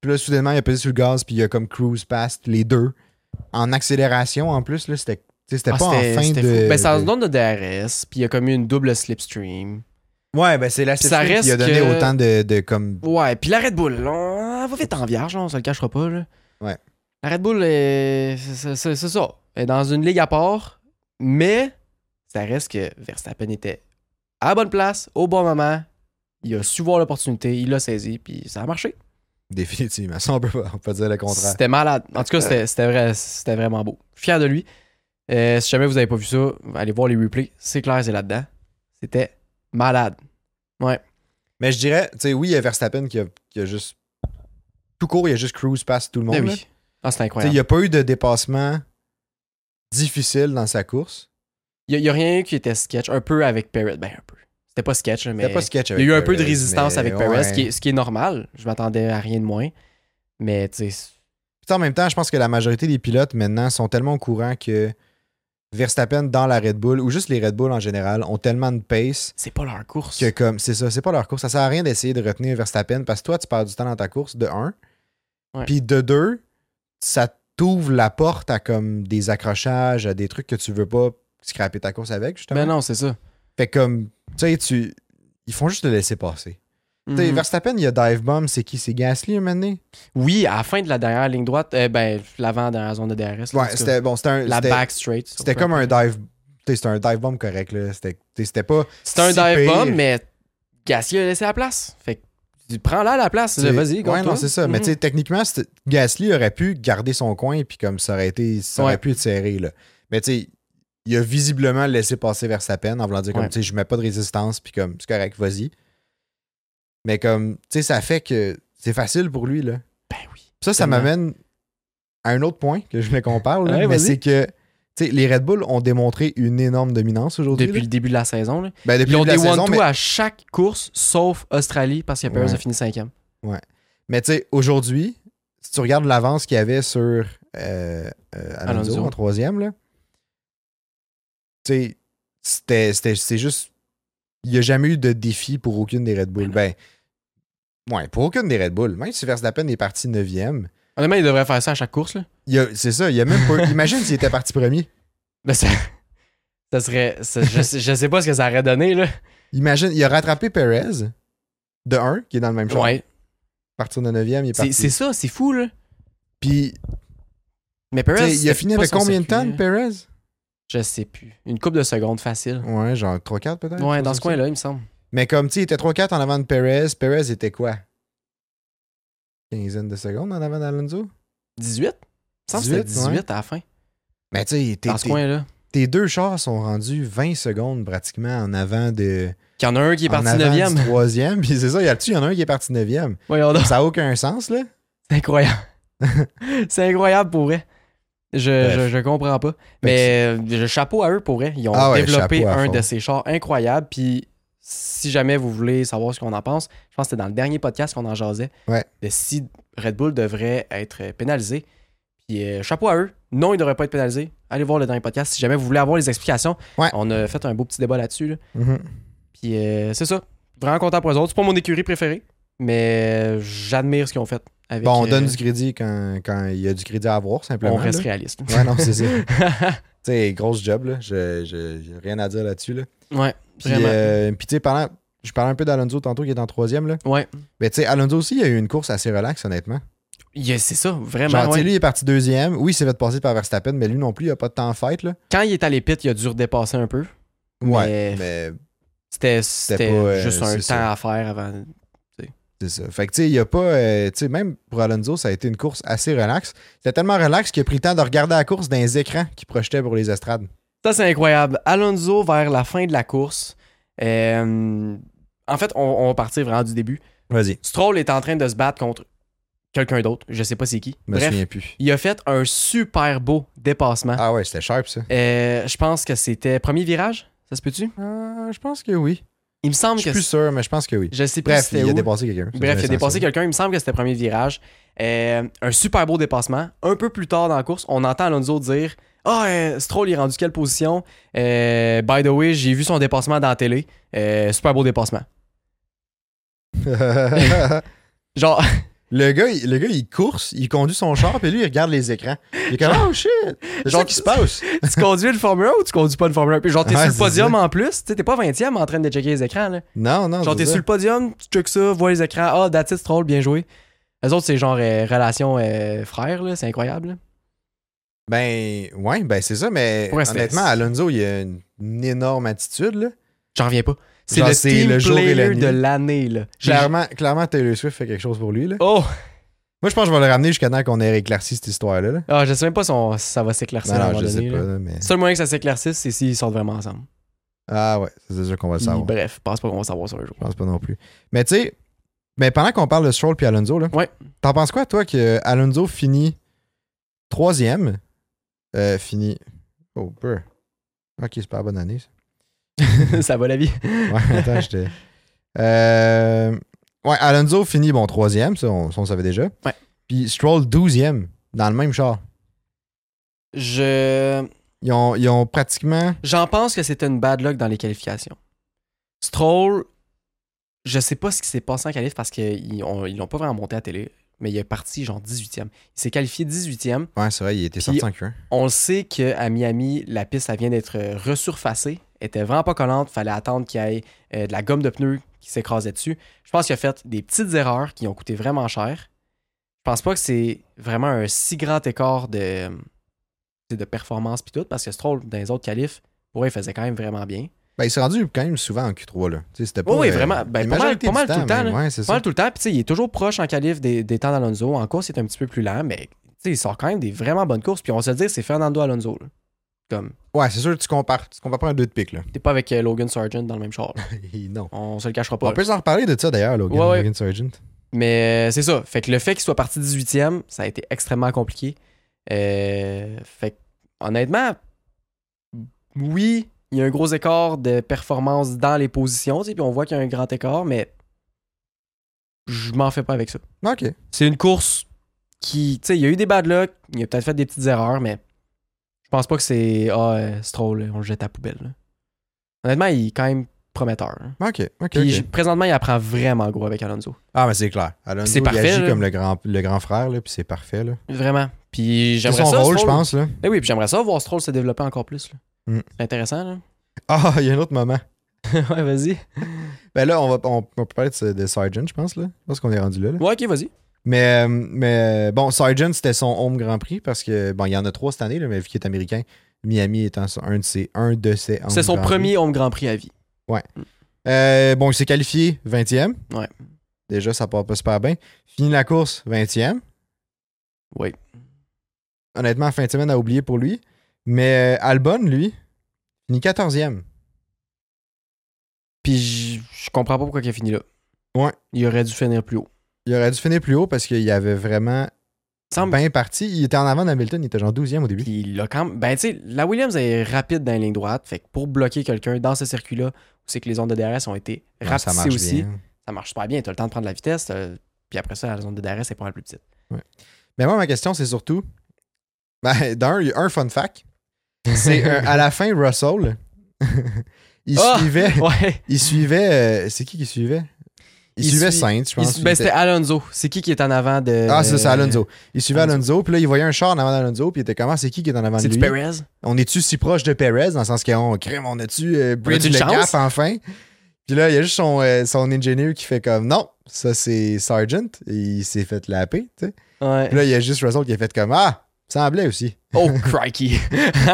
B: Puis là, soudainement, il a pesé sur le gaz. Puis il a, comme, cruise past les deux. En accélération, en plus, là, c'était. tu sais, C'était
A: Ah,
B: pas en fin
A: c'était
B: de.
A: fou. Ben, ça
B: de-
A: donne de DRS, puis il y a comme eu une double slipstream.
B: Ouais, ben c'est la
A: Puis ça
B: Suzuki qui a
A: reste
B: donné
A: que-
B: autant de, de comme.
A: Ouais, puis la Red Bull, on elle va vite en vierge, on se le cachera pas. Là.
B: Ouais.
A: La Red Bull, est- c'est c'est- c'est ça. Elle est dans une ligue à part, mais ça reste que Verstappen était à la bonne place, au bon moment. Il a su voir l'opportunité, il l'a saisi, puis ça a marché.
B: Définitivement. Ça, on peut pas, on peut dire le contraire.
A: C'était malade. En tout cas, c'était c'était vrai, c'était vraiment beau. Fier de lui. Euh, si jamais vous avez pas vu ça, allez voir les replays. C'est clair, c'est là-dedans. C'était malade.
B: Mais je dirais, tu sais, oui, il y a Verstappen qui a, qui a juste. Tout court, il a juste cruise past tout le monde.
A: Ben
B: là.
A: oui. Ah, c'est
B: Tu sais, Il
A: incroyable.
B: n'y a pas eu de dépassement difficile dans sa course.
A: Il n'y a, rien eu qui était sketch. Un peu avec Perez. Ben, un peu. C'était pas sketch,
B: Il
A: mais.
B: n'y a pas sketch
A: il y a
B: avec
A: eu un peu de
B: Perez,
A: résistance
B: mais
A: avec Perez,
B: ouais.
A: ce, qui est, ce qui est normal. Je m'attendais à rien de moins. Mais, tu sais.
B: Puis en même temps, je pense que la majorité des pilotes maintenant sont tellement au courant que Verstappen dans la Red Bull, ou juste les Red Bull en général, ont tellement de pace
A: C'est pas leur course.
B: que comme c'est ça, c'est pas leur course. Ça sert à rien d'essayer de retenir Verstappen parce que toi, tu perds du temps dans ta course de 1.
A: Ouais.
B: Puis de 2, ça t'ouvre la porte à comme des accrochages, à des trucs que tu veux pas scraper
A: Ben
B: ta course avec, justement.
A: Mais non, c'est ça.
B: Fait comme tu sais, tu. Ils font juste le laisser passer. Tu sais,
A: Mhm.
B: Verstappen, il y a Dive Bomb, c'est qui C'est Gasly un moment donné?
A: Oui, à la fin de la dernière ligne droite, euh, ben, l'avant-dernière zone de DRS. là, en tout
B: Ouais,
A: cas.
B: c'était bon, c'était un.
A: La
B: c'était-
A: back straight.
B: C'était comme un dive. tu sais, C'était un dive bomb correct, là. C'était tu sais, c'était pas.
A: C'était un
B: si
A: dive
B: pire.
A: bomb, mais Gasly a laissé la place. Fait que tu- prends-la à la place.
B: tu sais,
A: Vas-y,
B: Ouais,
A: gagne-toi.
B: non, c'est ça. Mais
A: Mhm.
B: tu sais, techniquement, c'était- Gasly aurait pu garder son coin, puis comme ça aurait été. Ça aurait
A: Ouais.
B: pu être serré, là. Mais tu sais, il a visiblement laissé passer vers sa peine en voulant dire, comme,
A: Ouais.
B: tu sais, je mets pas de résistance, puis comme, c'est correct, vas-y. Mais comme, tu sais, ça fait que c'est facile pour lui, là.
A: Ben oui.
B: Ça, ça
A: Tellement.
B: m'amène à un autre point que je voulais qu'on parle, là,
A: Ouais,
B: mais
A: vas-y.
B: c'est que. tu sais, les Red Bull ont démontré une énorme dominance aujourd'hui.
A: Depuis
B: là.
A: le début de la saison. Là.
B: Ben, depuis
A: Ils ont
B: le
A: des
B: début de la saison,
A: one-two
B: mais-
A: à chaque course, sauf Australie, parce que Perez
B: Ouais.
A: a fini cinquième.
B: Mais tu sais, aujourd'hui, si tu regardes l'avance qu'il y avait sur euh, euh, Alonso,
A: Alonso.
B: en troisième, là, tu sais, c'était, c'était- c'est juste. Il n'y a jamais eu de défi pour aucune des Red Bull. Ben, ouais, pour aucune des Red Bull. Même si Verstappen est parti neuvième,
A: Honnêtement, ils devraient faire ça à chaque course. Là.
B: il y a- c'est ça, il y a même pas. imagine s'il était parti premier.
A: Ben, ça, ça serait. ça- je, sais- je sais pas ce que ça aurait donné. Là.
B: Imagine, il a rattrapé Perez de 1, qui est dans le même champ.
A: Ouais.
B: À partir de neuvième, il est
A: C'est
B: parti.
A: c'est ça, c'est fou. Là.
B: Puis,
A: Mais
B: tu
A: Perez.
B: sais, il a
A: c'était
B: fini
A: pas
B: avec
A: son
B: combien de
A: circuit,
B: temps,
A: là.
B: Perez
A: Je sais plus. Une coupe de secondes facile.
B: Ouais, genre 3-4 peut-être.
A: Ouais, dans
B: chose
A: ce
B: comme ça.
A: coin-là, il me semble.
B: Mais comme, tu sais, il était 3-4 en avant de Perez. Perez était quoi? Quinzaine de secondes en avant d'Alonso?
A: 18 Il me semble que c'était
B: 18, ouais.
A: 18 à la fin.
B: Mais tu sais, tes-
A: Dans ce
B: tes-
A: coin-là.
B: tes deux chars sont rendus 20 secondes pratiquement en avant de.
A: Il y en a un qui est
B: en
A: parti
B: avant
A: 9e.
B: du Troisième. Puis c'est ça, il y a dessus, il y en a un qui est parti 9e.
A: Voyons donc.
B: Ça n'a aucun sens, là.
A: C'est incroyable. c'est incroyable pour vrai. Je,
B: Bref.
A: je, je comprends pas. Mais euh, je chapeau à eux pour vrai. Ils ont
B: Ah ouais,
A: développé
B: chapeau à
A: un
B: fond.
A: de ces chars incroyables. Puis si jamais vous voulez savoir ce qu'on en pense, je pense que c'était dans le dernier podcast qu'on en jasait.
B: Ouais.
A: De si Red Bull devrait être euh, pénalisé. Puis euh, chapeau à eux. Non, ils devraient pas être pénalisés. Allez voir le dernier podcast si jamais vous voulez avoir les explications.
B: Ouais.
A: On a fait un beau petit débat là-dessus. là.
B: Mhm.
A: Puis euh, c'est ça. Vraiment content pour eux autres. C'est pas mon écurie préférée, mais euh, j'admire ce qu'ils ont fait. Avec,
B: Bon, on
A: euh,
B: donne du crédit quand, quand il y a du crédit à avoir, simplement.
A: On reste
B: là.
A: réaliste.
B: Ouais, non, c'est ça. tu sais, grosse job, là. Je, je, j'ai rien à dire là-dessus, là.
A: ouais,
B: Puis,
A: vraiment.
B: euh, puis tu sais, parlant- je parlais un peu d'Alonso tantôt qui est en troisième, là.
A: Ouais.
B: Mais tu sais, Alonso aussi, il a eu une course assez relaxe, honnêtement.
A: Yeah, c'est ça, vraiment.
B: Genre, tu
A: ouais.
B: sais, lui, il est parti deuxième. Oui, il s'est fait passer par Verstappen, mais lui non plus, il a pas de temps en fête, là.
A: Quand il est allé pit, il a dû redépasser un peu. Mais-
B: Ouais. Mais
A: C'était
B: pas,
A: c'était
B: euh,
A: juste un
B: c'est
A: temps
B: ça.
A: à faire avant.
B: c'est ça. Fait que, tu sais, il y a pas. euh, tu sais, même pour Alonso, ça a été une course assez relaxe. C'était tellement relax qu'il a pris le temps de regarder la course dans les écrans qu'il projetait pour les estrades.
A: Ça, c'est incroyable. Alonso vers la fin de la course. Euh, en fait, on, on va partir vraiment du début.
B: Vas-y.
A: Stroll est en train de se battre contre quelqu'un d'autre. Je sais pas c'est qui.
B: Je me
A: Bref, Hein?
B: souviens plus.
A: il a fait un super beau dépassement.
B: Ah ouais, c'était sharp, ça.
A: Euh, je pense que c'était premier virage. Ça se peut-tu?
B: Euh, je pense que oui.
A: Il me semble
B: Je suis
A: que.
B: plus sûr, mais je pense que oui.
A: Je sais plus
B: Bref,
A: c'était
B: il a
A: où.
B: dépassé quelqu'un. Ça,
A: Bref, il
B: c'est
A: a dépassé
B: essentiel.
A: quelqu'un, il me semble que c'était le premier virage. Euh, un super beau dépassement. Un peu plus tard dans la course, on entend Alonso dire Ah, euh, Stroll est rendu quelle position Euh, By the way, j'ai vu son dépassement dans la télé. Euh, super beau dépassement. Genre,
B: le, gars, il- le gars, il course, il conduit son char, puis lui, il regarde les écrans. Il est comme, oh shit! C'est ça
A: Genre-
B: qui se passe.
A: tu conduis le Formule 1 ou tu conduis pas le Formule 1 Puis genre, t'es
B: Ouais,
A: sur le
B: c'est
A: podium en plus. Tu sais, t'es pas 20ème en train de checker les écrans. Là.
B: Non, non.
A: Genre,
B: c'est
A: t'es
B: ça.
A: sur le podium, tu checkes ça, vois les écrans. Ah, that's it, Stroll, bien joué. Les autres, c'est genre euh, relation euh, frère, là, c'est incroyable. là.
B: Ben, ouais, ben c'est ça, mais
A: Ouais, c'était-
B: honnêtement, Alonso, il a une, une énorme attitude, là.
A: J'en reviens pas. C'est
B: Genre,
A: le
B: c'est
A: team
B: le jour et
A: player
B: la nuit.
A: de l'année. là. J'ai-
B: Clairement, clairement, Taylor Swift fait quelque chose pour lui, là.
A: Oh!
B: Moi, je pense que je vais le ramener jusqu'à temps qu'on ait éclairci cette histoire-là. Là.
A: Ah, je sais même pas si, on- si ça va s'éclaircir
B: Non,
A: à un
B: non,
A: moment
B: je sais
A: donné.
B: pas,
A: là.
B: là, mais.
A: Le seul moyen que ça s'éclaircisse, c'est s'ils sortent vraiment ensemble.
B: Ah ouais, c'est sûr qu'on va le
A: Puis,
B: savoir.
A: bref, je pense pas qu'on va le savoir sur le jour.
B: Je pense pas non plus. Mais tu sais, mais pendant qu'on parle de Stroll puis Alonso, là,
A: Ouais.
B: t'en penses quoi, toi, que Alonso finit troisième? Euh, finit. Oh, peu. Ok, c'est pas la bonne année, ça.
A: ça va la vie.
B: Ouais, attends, j'étais. Euh, Ouais, Alonso finit, bon, troisième, ça, on, ça, on savait déjà.
A: Ouais.
B: Puis Stroll, douzième, dans le même char.
A: Je.
B: Ils ont, ils ont pratiquement.
A: J'en pense que c'était une bad luck dans les qualifications. Stroll, je sais pas ce qui s'est passé en qualif parce qu'ils ont- ils l'ont pas vraiment monté à télé, mais il est parti genre 18e. Il s'est qualifié 18e.
B: Ouais, c'est vrai, il était sorti en Q1.
A: On le sait qu'à Miami, la piste, ça vient d'être euh, resurfacée. Elle était vraiment pas collante. fallait attendre qu'il y ait euh, de la gomme de pneus qui s'écrasait dessus. Je pense qu'il a fait des petites erreurs qui ont coûté vraiment cher. Je pense pas que c'est vraiment un si grand écart de, de performance puis tout, parce que Stroll, dans les autres qualifs, pour eux, il faisait quand même vraiment bien.
B: Ben, il s'est rendu quand même souvent en Q3. Là. Tu sais, C'était pas,
A: Oui, oui,
B: euh,
A: vraiment. Ben,
B: la
A: pas mal-
B: majorité
A: pas
B: du
A: mal tout le temps,
B: mais
A: là.
B: ouais, c'est
A: Pas
B: ça.
A: mal tout le temps. Puis, tu sais, il est toujours proche en qualif des, des temps d'Alonso. En course, il est un petit peu plus lent, mais tu sais, il sort quand même des vraiment bonnes courses. Puis, on va se le dire, c'est Fernando Alonso. là. Comme,
B: Ouais, c'est sûr que tu compares. Tu compares pas un deux de pique, là.
A: t'es pas avec euh, Logan Sargent dans le même char. là.
B: non.
A: On se le cachera pas.
B: On peut s'en reparler de ça d'ailleurs, Logan,
A: Ouais, ouais.
B: Logan Sargent.
A: Mais euh, c'est ça. Fait que le fait qu'il soit parti 18e, ça a été extrêmement compliqué. Euh, fait que, honnêtement, oui, il y a un gros écart de performance dans les positions, tu sais, puis on voit qu'il y a un grand écart, mais je m'en fais pas avec ça.
B: Ok.
A: C'est une course qui, tu sais, il y a eu des bad luck, il a peut-être fait des petites erreurs, mais je pense pas que c'est ah, euh, Stroll, on le jette à la poubelle. là. Honnêtement, il est quand même prometteur. hein.
B: Ok. Ok.
A: Puis
B: ok.
A: je- présentement, il apprend vraiment gros avec Alonso.
B: Ah, mais c'est clair. Alonso,
A: C'est
B: il
A: parfait,
B: agit
A: là.
B: comme le grand, le grand frère, là, puis c'est parfait. là.
A: Vraiment. Puis
B: C'est
A: j'aimerais
B: son
A: ça.
B: rôle, je
A: Stroll-
B: pense. là.
A: Eh oui, puis j'aimerais ça voir Stroll se développer encore plus. là.
B: Mm.
A: C'est intéressant, là.
B: Ah, il y a un autre moment.
A: ouais, vas-y.
B: Ben là, on, va, on, on peut parler de, ce- de Sargent, je pense. Là. Je pense qu'on est rendu là. là.
A: Ouais, ok, vas-y.
B: Mais, euh, mais euh, bon, Sargent, c'était son home Grand Prix parce que, bon, il y en a trois cette année, là, mais vu qu'il est américain, Miami étant son- un de ses, un de ses home
A: C'est son
B: Grand Prix.
A: premier Home Grand Prix à vie.
B: Euh, bon, il s'est qualifié 20e.
A: Ouais.
B: Déjà, ça part pas super bien. Fini la course 20e.
A: Oui.
B: Honnêtement, fin de semaine à oublier pour lui. Mais euh, Albon, lui, fini 14e.
A: Puis je je comprends pas pourquoi il a fini là.
B: Ouais.
A: Il aurait dû finir plus haut.
B: Il aurait dû finir plus haut parce qu'il avait vraiment
A: Il semble
B: bien parti. Il était en avant d'Hamilton, il était genre 12e au début.
A: Puis il a quand même- Ben, tu sais, la Williams est rapide dans les lignes droites. Fait que pour bloquer quelqu'un dans ce circuit-là, où c'est que les ondes de DRS ont été
B: Non,
A: rapetissées aussi,
B: Ah, bien.
A: ça marche super bien. T'as le temps de prendre la vitesse. euh, Puis après ça, la zone de DRS est pas la plus petite.
B: Mais moi, ma question, c'est surtout. Ben, d'un, il y a un fun fact. C'est euh, à la fin, Russell. il,
A: Ah!
B: suivait,
A: Ouais.
B: il suivait. euh, c'est qui qui suivait Il,
A: Il
B: suivait
A: suit-
B: Sainz, je
A: Il-
B: pense.
A: ben,
B: Il
A: c'était Alonso. C'est qui qui est en avant de.
B: était- ah, c'est ça, Alonso. Il suivait
A: Alonso.
B: Alonso, puis là, il voyait un char en avant d'Alonso, puis il était comment C'est qui qui est en avant de
A: C'est
B: lui
A: du Perez.
B: On est-tu si proche de Perez, dans le sens qu'on crime, on a-tu euh, bridge
A: a-tu une
B: le
A: chance?
B: gap enfin Puis là, il y a juste son, euh, son ingénieur qui fait comme non, ça c'est Sargent, et il s'est fait laper, tu sais.
A: Ouais.
B: Puis là, il y a juste Russell qui a fait comme ah, semblait aussi.
A: Oh, crikey.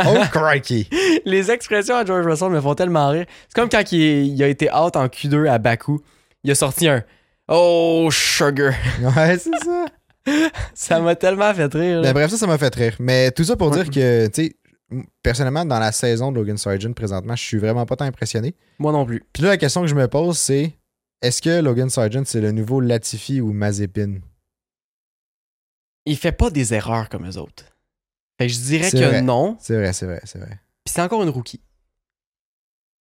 B: Oh, crikey.
A: Les expressions à George Russell me font tellement rire. C'est comme quand il, est- il a été out en Q2 à Baku. Il a sorti un Oh, sugar.
B: Ouais, c'est ça.
A: Ça m'a tellement fait rire. là.
B: Mais Ben, bref, ça, ça m'a fait rire. Mais tout ça pour
A: Ouais.
B: dire que, tu sais, m- personnellement, dans la saison de Logan Sargent, présentement, je suis vraiment pas tant impressionné.
A: Moi non plus.
B: Puis là, la question que je me pose, c'est est-ce que Logan Sargent, c'est le nouveau Latifi ou Mazepin
A: Il fait pas des erreurs comme eux autres. Fait que je dirais
B: C'est
A: que
B: vrai.
A: non.
B: C'est vrai, c'est vrai, c'est vrai.
A: Puis c'est encore une rookie.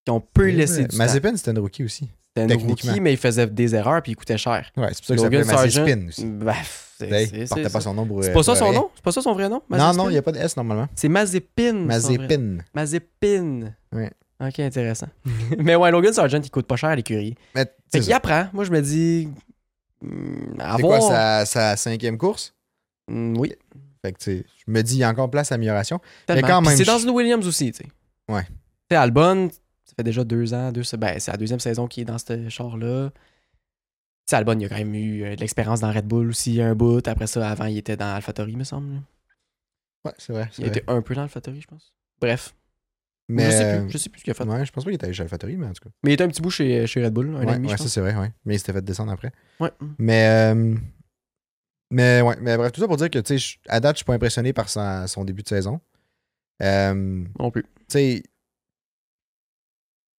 A: Puis on peut laisser du temps.
B: Mazepin, c'était une rookie aussi.
A: C'était une
B: techniquement.
A: rookie, mais il faisait des erreurs puis il coûtait cher.
B: Ouais, c'est pour ça que
A: Logan
B: ça s'appelait Mazepin
A: Sargent.
B: aussi.
A: Bref, c'est
B: Hey,
A: c'est-
B: Ben, portait
A: c'est
B: pas
A: ça.
B: son nom pour-
A: C'est pas ça
B: pour
A: son
B: rien.
A: nom? C'est pas ça son vrai nom?
B: Non,
A: Mazepin?
B: non, il n'y a pas de S normalement.
A: C'est Mazepin. son vrai
B: Mazepin.
A: Mazepin.
B: Ouais.
A: Ok, intéressant. mais ouais, Logan Sargent, il coûte pas cher à l'écurie.
B: Mais
A: Fait
B: c'est
A: qu'il
B: ça.
A: apprend. Moi, je me dis. hmm, à
B: C'est quoi
A: voir.
B: sa, sa cinquième course?
A: Hmm, oui,
B: Fait que, tu sais, je me dis, il y a encore place à amélioration.
A: tellement.
B: quand
A: Puis
B: même,
A: C'est
B: je-
A: dans une Williams aussi, tu sais.
B: Ouais.
A: Tu sais, Albon, ça fait déjà deux ans. Deux... Ben, c'est la deuxième saison qui est dans ce char-là. Tu sais, Albon, il a quand même eu euh, de l'expérience dans Red Bull aussi, un bout. Après ça, avant, il était dans AlphaTauri, me semble.
B: Ouais, c'est vrai. c'est
A: Il
B: vrai.
A: était un peu dans AlphaTauri, je pense. Bref.
B: Mais,
A: Je sais
B: euh,
A: plus, je sais plus ce qu'il a fait.
B: Ouais, je pense pas qu'il était allé chez AlphaTauri, mais en tout cas.
A: Mais il était un petit bout chez, chez Red Bull, un an et
B: ouais,
A: demi,
B: ouais,
A: je
B: ça
A: pense.
B: c'est vrai, ouais. Mais il s'était fait descendre après.
A: Ouais. mm.
B: Mais, euh, mais ouais, mais bref, tout ça pour dire que, tu sais, je- à date, je suis pas impressionné par sa- son début de saison. Euh,
A: Non plus.
B: tu sais,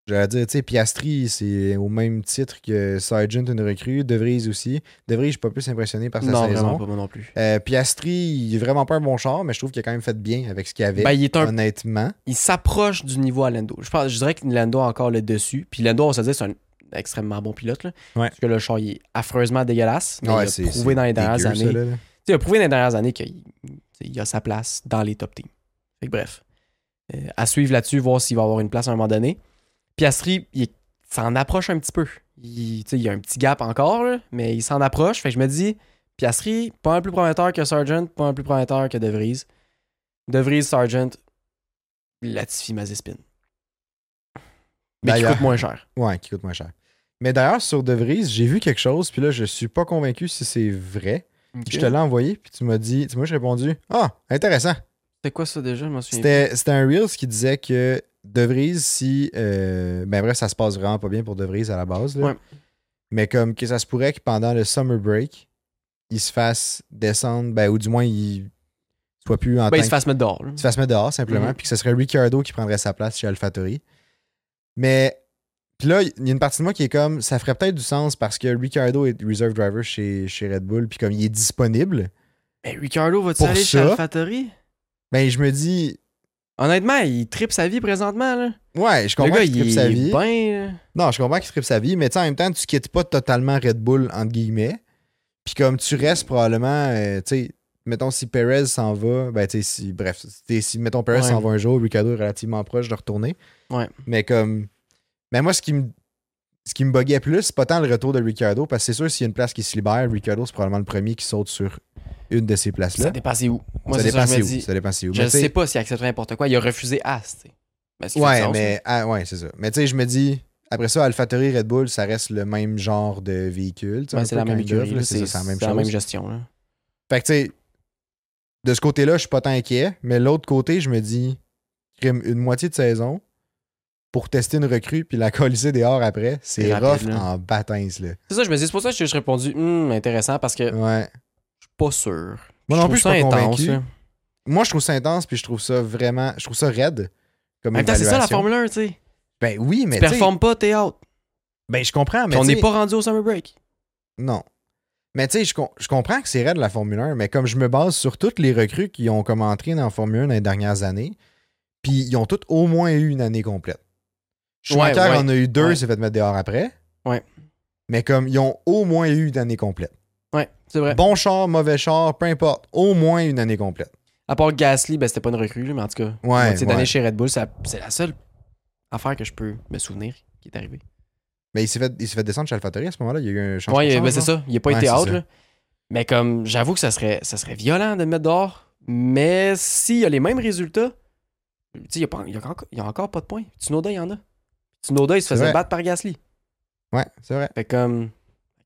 B: j'allais dire, tu sais, Piastri, c'est au même titre que Sargent, une recrue. De Vries aussi. De Vries, je suis pas plus impressionné par sa
A: Non,
B: saison.
A: vraiment pas moi non plus.
B: Euh, Piastri, il est vraiment pas un bon char, mais je trouve qu'il a quand même fait bien avec ce qu'il avait,
A: Ben, il est un
B: honnêtement.
A: il s'approche du niveau à Lando. Je, pense, je dirais que Lando a encore le dessus. Puis Lando, on se dit, c'est un extrêmement bon pilote. Là,
B: Ouais.
A: Parce que le char, il est affreusement dégueulasse. Mais
B: Ouais,
A: il
B: c'est-
A: a prouvé
B: c'est
A: dans les dernières
B: dégueu, ça,
A: années.
B: là, là.
A: Tu sais, il a prouvé dans les dernières années qu'il il a sa place dans les top teams. Fait que bref, Euh, à suivre là-dessus, voir s'il va avoir une place à un moment donné. Piastri, il est- s'en approche un petit peu. Il, tu sais, il y a un petit gap encore, là, mais il s'en approche. Fait que je me dis, Piastri, pas un plus prometteur que Sargent, pas un plus prometteur que De Vries. De Vries, Sargent, Latifi, Mazespin. Mais qui
B: D'ailleurs.
A: coûte moins cher.
B: Ouais, qui coûte moins cher. Mais d'ailleurs, sur De Vries, j'ai vu quelque chose, puis là, je suis pas convaincu si c'est vrai. Puis Je te l'ai envoyé, puis tu m'as dit, tu m'as juste répondu Ah, intéressant.
A: C'était quoi ça déjà? Je m'en souviens.
B: C'était c'était un Reels qui disait que De Vries, si. euh, ben bref, ça se passe vraiment pas bien pour De Vries à la base. là.
A: Ouais.
B: Mais comme que ça se pourrait que pendant le summer break, il se fasse descendre, ben, ou du moins, il soit plus
A: Ben, il
B: en tant
A: se
B: que-
A: fasse mettre dehors. là.
B: il se fasse mettre dehors simplement,
A: Mhm.
B: puis que ce serait Ricardo qui prendrait sa place chez AlphaTauri. Mais puis là, il y a une partie de moi qui est comme ça ferait peut-être du sens parce que Ricardo est reserve driver chez, chez Red Bull, puis comme il est disponible,
A: Mais Ricardo va-tu
B: Pour
A: aller chez
B: ça-
A: AlphaTauri?
B: ben je me dis
A: Honnêtement, il tripe sa vie présentement. Là.
B: ouais, je
A: Le
B: comprends
A: gars,
B: qu'il
A: il
B: tripe sa vie.
A: est bien.
B: Non, je comprends qu'il tripe sa vie, mais tu sais, en même temps, tu quittes pas totalement Red Bull entre guillemets. Puis comme tu restes probablement, euh, tu sais, mettons si Perez s'en va, ben tu sais, si, bref, si- si mettons Perez
A: Ouais.
B: s'en va un jour, Ricardo est relativement proche de retourner.
A: Ouais.
B: Mais comme. Mais moi, ce qui me. Ce qui me buguait plus, c'est pas tant le retour de Ricardo, parce que c'est sûr, s'il y a une place qui se libère, Ricardo, c'est probablement le premier qui saute sur une de ces
A: Ça
B: places-là.
A: dépend c'est où. Moi,
B: Ça
A: c'est ça
B: dépend
A: que je
B: c'est
A: me
B: où.
A: dis.
B: Ça dépend c'est où.
A: Je
B: Mais
A: ne
B: tu sais-
A: sais pas s'il accepterait n'importe quoi. Il a refusé As. tu sais. Ben, ce qui fait du
B: Ouais,
A: sens,
B: mais ah, ouais, c'est ça. Mais tu sais, je me dis, après ça, AlphaTauri Red Bull, ça reste le même genre de véhicule. tu sais,
A: Ouais,
B: un
A: c'est
B: peu
A: la même
B: kind of,
A: écurie.
B: là,
A: là.
B: C'est ça, c'est la même chose.
A: gestion. là.
B: Fait que tu sais, de ce côté-là, je suis pas tant inquiet, mais l'autre côté, je me dis, crime, une moitié de saison pour tester une recrue puis la colisser dehors après, c'est
A: C'est rapide,
B: rough
A: là.
B: en bâtisse, là.
A: C'est ça, je me dis. C'est pour ça que je suis répondu Hum, intéressant parce que je suis
B: Ouais.
A: pas sûr.
B: Euh, Moi non plus, je
A: trouve
B: suis
A: ça
B: pas
A: intense.
B: convaincu.
A: là.
B: Moi, je trouve ça intense puis je trouve ça vraiment, je trouve ça raide
A: En
B: comme
A: même temps, c'est ça la
B: évaluation.
A: Formule 1. tu sais.
B: Ben oui, mais
A: Tu
B: tu sais,
A: performes pas, t'es out.
B: ben je comprends, mais
A: Puis On
B: tu sais-
A: n'est pas rendu au summer break.
B: Non. Mais tu sais, je, com- je comprends que c'est raide la Formule 1, mais comme je me base sur toutes les recrues qui ont comme entré dans la Formule 1 dans les dernières années, puis ils ont toutes au moins eu une année complète.
A: Ouais,
B: Schumacher
A: ouais.
B: en a eu deux,
A: Ouais.
B: s'est fait mettre dehors après.
A: Ouais.
B: Mais comme ils ont au moins eu une année complète.
A: Ouais, c'est vrai.
B: Bon char, mauvais char, peu importe, au moins une année complète.
A: À part Gasly, ben, c'était pas une recrue, là, mais en tout cas,
B: Ouais,
A: moitié d'année
B: ouais.
A: chez Red Bull, ça- c'est la seule affaire que je peux me souvenir qui est arrivée.
B: Mais il s'est fait, il s'est fait descendre chez AlphaTauri à ce moment-là, il y a eu un changement.
A: Ouais, ben, c'est ça, il a pas
B: Ouais,
A: été
B: c'est
A: out.
B: ça.
A: là. Mais comme, j'avoue que ça serait, ça serait violent de le mettre dehors, mais s'il y a les mêmes résultats, tu sais, il y a, pas- il y a encore- il y a encore pas de points. Tsunoda, il y en a. Tsunoda, il se
B: C'est
A: faisait
B: vrai.
A: battre par Gasly.
B: Ouais, c'est vrai.
A: Fait que, comme, à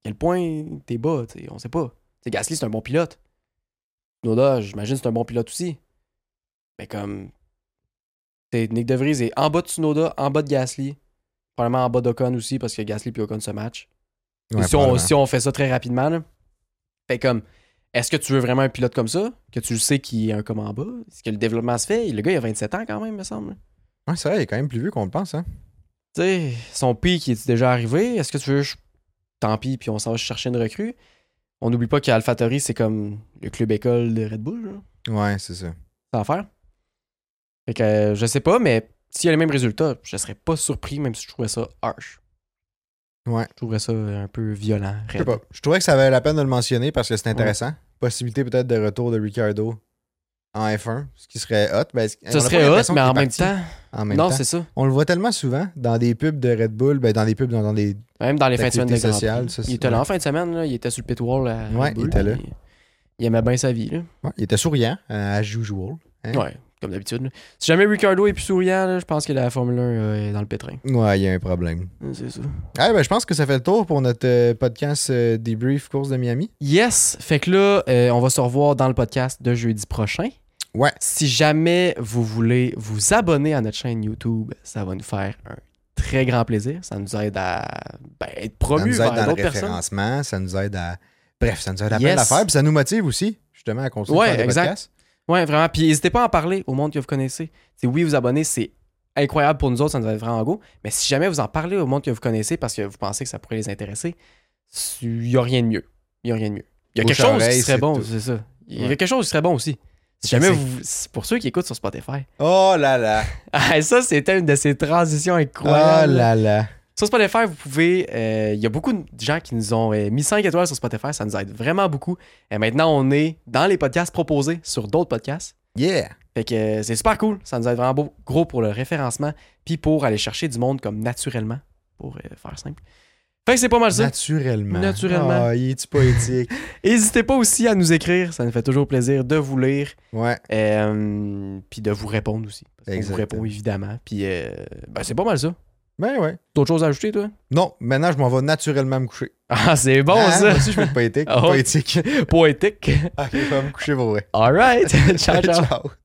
A: quel point t'es bas, tu sais, on sait pas. Tu sais, Gasly, c'est un bon pilote. Noda, j'imagine, c'est un bon pilote aussi. Mais comme, tu sais, Nick DeVries est en bas de Tsunoda, en bas de Gasly. Probablement en bas d'Ocon aussi, parce que Gasly puis Ocon se match.
B: Ouais,
A: si, on,
B: probablement.
A: si on fait ça très rapidement, là, fait comme, est-ce que tu veux vraiment un pilote comme ça, que tu sais qu'il est un comme en bas? Est-ce que le développement se fait? Le gars, il a 27 ans quand même, me semble.
B: Ouais, c'est vrai, il est quand même plus vieux qu'on le pense. Hein.
A: Tu sais, son pic est déjà arrivé. Est-ce que tu veux. je- Tant pis, puis on s'en va chercher une recrue. On n'oublie pas qu'AlphaTauri, c'est comme le club école de Red Bull. là.
B: Ouais, c'est ça.
A: C'est l'enfer. Fait que euh, je sais pas, mais s'il y a les mêmes résultats, je serais pas surpris, même si je trouvais ça harsh.
B: Ouais.
A: Je trouverais ça euh, un peu violent.
B: Je sais
A: raide.
B: pas. Je trouvais que ça valait la peine de le mentionner parce que c'est intéressant. Possibilité peut-être de retour de Ricardo en F1, ce qui serait hot. Ben, est-ce- on
A: Ce
B: a pas
A: serait hot,
B: l'impression
A: mais
B: qu'il
A: en
B: est
A: même
B: parti
A: temps.
B: en même
A: non,
B: temps.
A: c'est ça.
B: On le voit tellement souvent dans des pubs de Red Bull, ben, dans des pubs, dans, dans des.
A: Même dans les fins de semaine de
B: L'activité
A: Grand
B: sociale,
A: Prix.
B: ça,
A: Il
B: c'est-
A: était là
B: ouais.
A: en fin de semaine, là, il était sur le pit wall. à Red
B: Ouais, il
A: Bull,
B: était là.
A: puis Il aimait bien sa vie. Là.
B: Ouais, il était souriant, euh, as usual. Hein?
A: Ouais, comme d'habitude. là. Si jamais Ricardo est plus souriant, là, je pense que la Formule 1 euh, est dans le pétrin.
B: Ouais, il y a un problème.
A: C'est ça.
B: Ah, ben, je pense que ça fait le tour pour notre euh, podcast euh, Debrief Course de Miami.
A: Yes, fait que là, euh, on va se revoir dans le podcast de jeudi prochain.
B: Ouais.
A: Si jamais vous voulez vous abonner à notre chaîne YouTube, ça va nous faire un très grand plaisir. Ça nous aide à ben, être
B: Ça
A: promu
B: nous aide
A: vers
B: dans le
A: d'autres personnes.
B: référencement, ça nous aide à. Bref, ça nous aide à
A: Yes.
B: plein d'affaires, puis ça nous motive aussi, justement, à continuer
A: Ouais,
B: à faire des
A: exact.
B: podcasts.
A: Ouais, vraiment. Puis n'hésitez pas à en parler au monde que vous connaissez. C'est oui, vous abonner, c'est incroyable pour nous autres, ça nous va être vraiment go. Mais si jamais vous en parlez au monde que vous connaissez parce que vous pensez que ça pourrait les intéresser, il n'y a rien de mieux. Il n'y a rien de mieux. Il y a
B: Bouche
A: quelque
B: à
A: chose qui
B: oreille,
A: serait
B: c'est
A: bon,
B: tout.
A: c'est ça. Il y a
B: Ouais.
A: quelque chose qui serait bon aussi. Si jamais
B: C'est-
A: vous. c'est Pour ceux qui écoutent sur Spotify.
B: Oh là là!
A: Ah, ça, c'était une de ces transitions
B: Oh
A: incroyables.
B: là là!
A: Sur Spotify, vous pouvez. euh, Il y a beaucoup de gens qui nous ont euh, mis 5 étoiles sur Spotify. Ça nous aide vraiment beaucoup. Et maintenant, on est dans les podcasts proposés sur d'autres podcasts.
B: Yeah!
A: Fait que euh, c'est super cool. Ça nous aide vraiment beau- gros pour le référencement. Puis pour aller chercher du monde comme naturellement. Pour euh, faire simple. Fait que c'est pas mal ça.
B: Naturellement.
A: Naturellement.
B: Ah, il est poétique?
A: N'hésitez pas aussi à nous écrire. Ça nous fait toujours plaisir de vous lire.
B: ouais.
A: euh, puis de vous répondre aussi. Parce qu'on vous
B: Exactement.
A: répond évidemment. Puis euh, ben, c'est pas mal ça.
B: Ben ouais.
A: D'autres choses à ajouter, toi?
B: Non, maintenant, je m'en vais naturellement me coucher.
A: Ah, c'est bon,
B: Ah,
A: ça!
B: Moi aussi, je suis pas éthique.
A: Oh.
B: Pas éthique.
A: Poétique.
B: ok, je vais me coucher pour vrai.
A: All right. ciao, ciao.
B: ciao.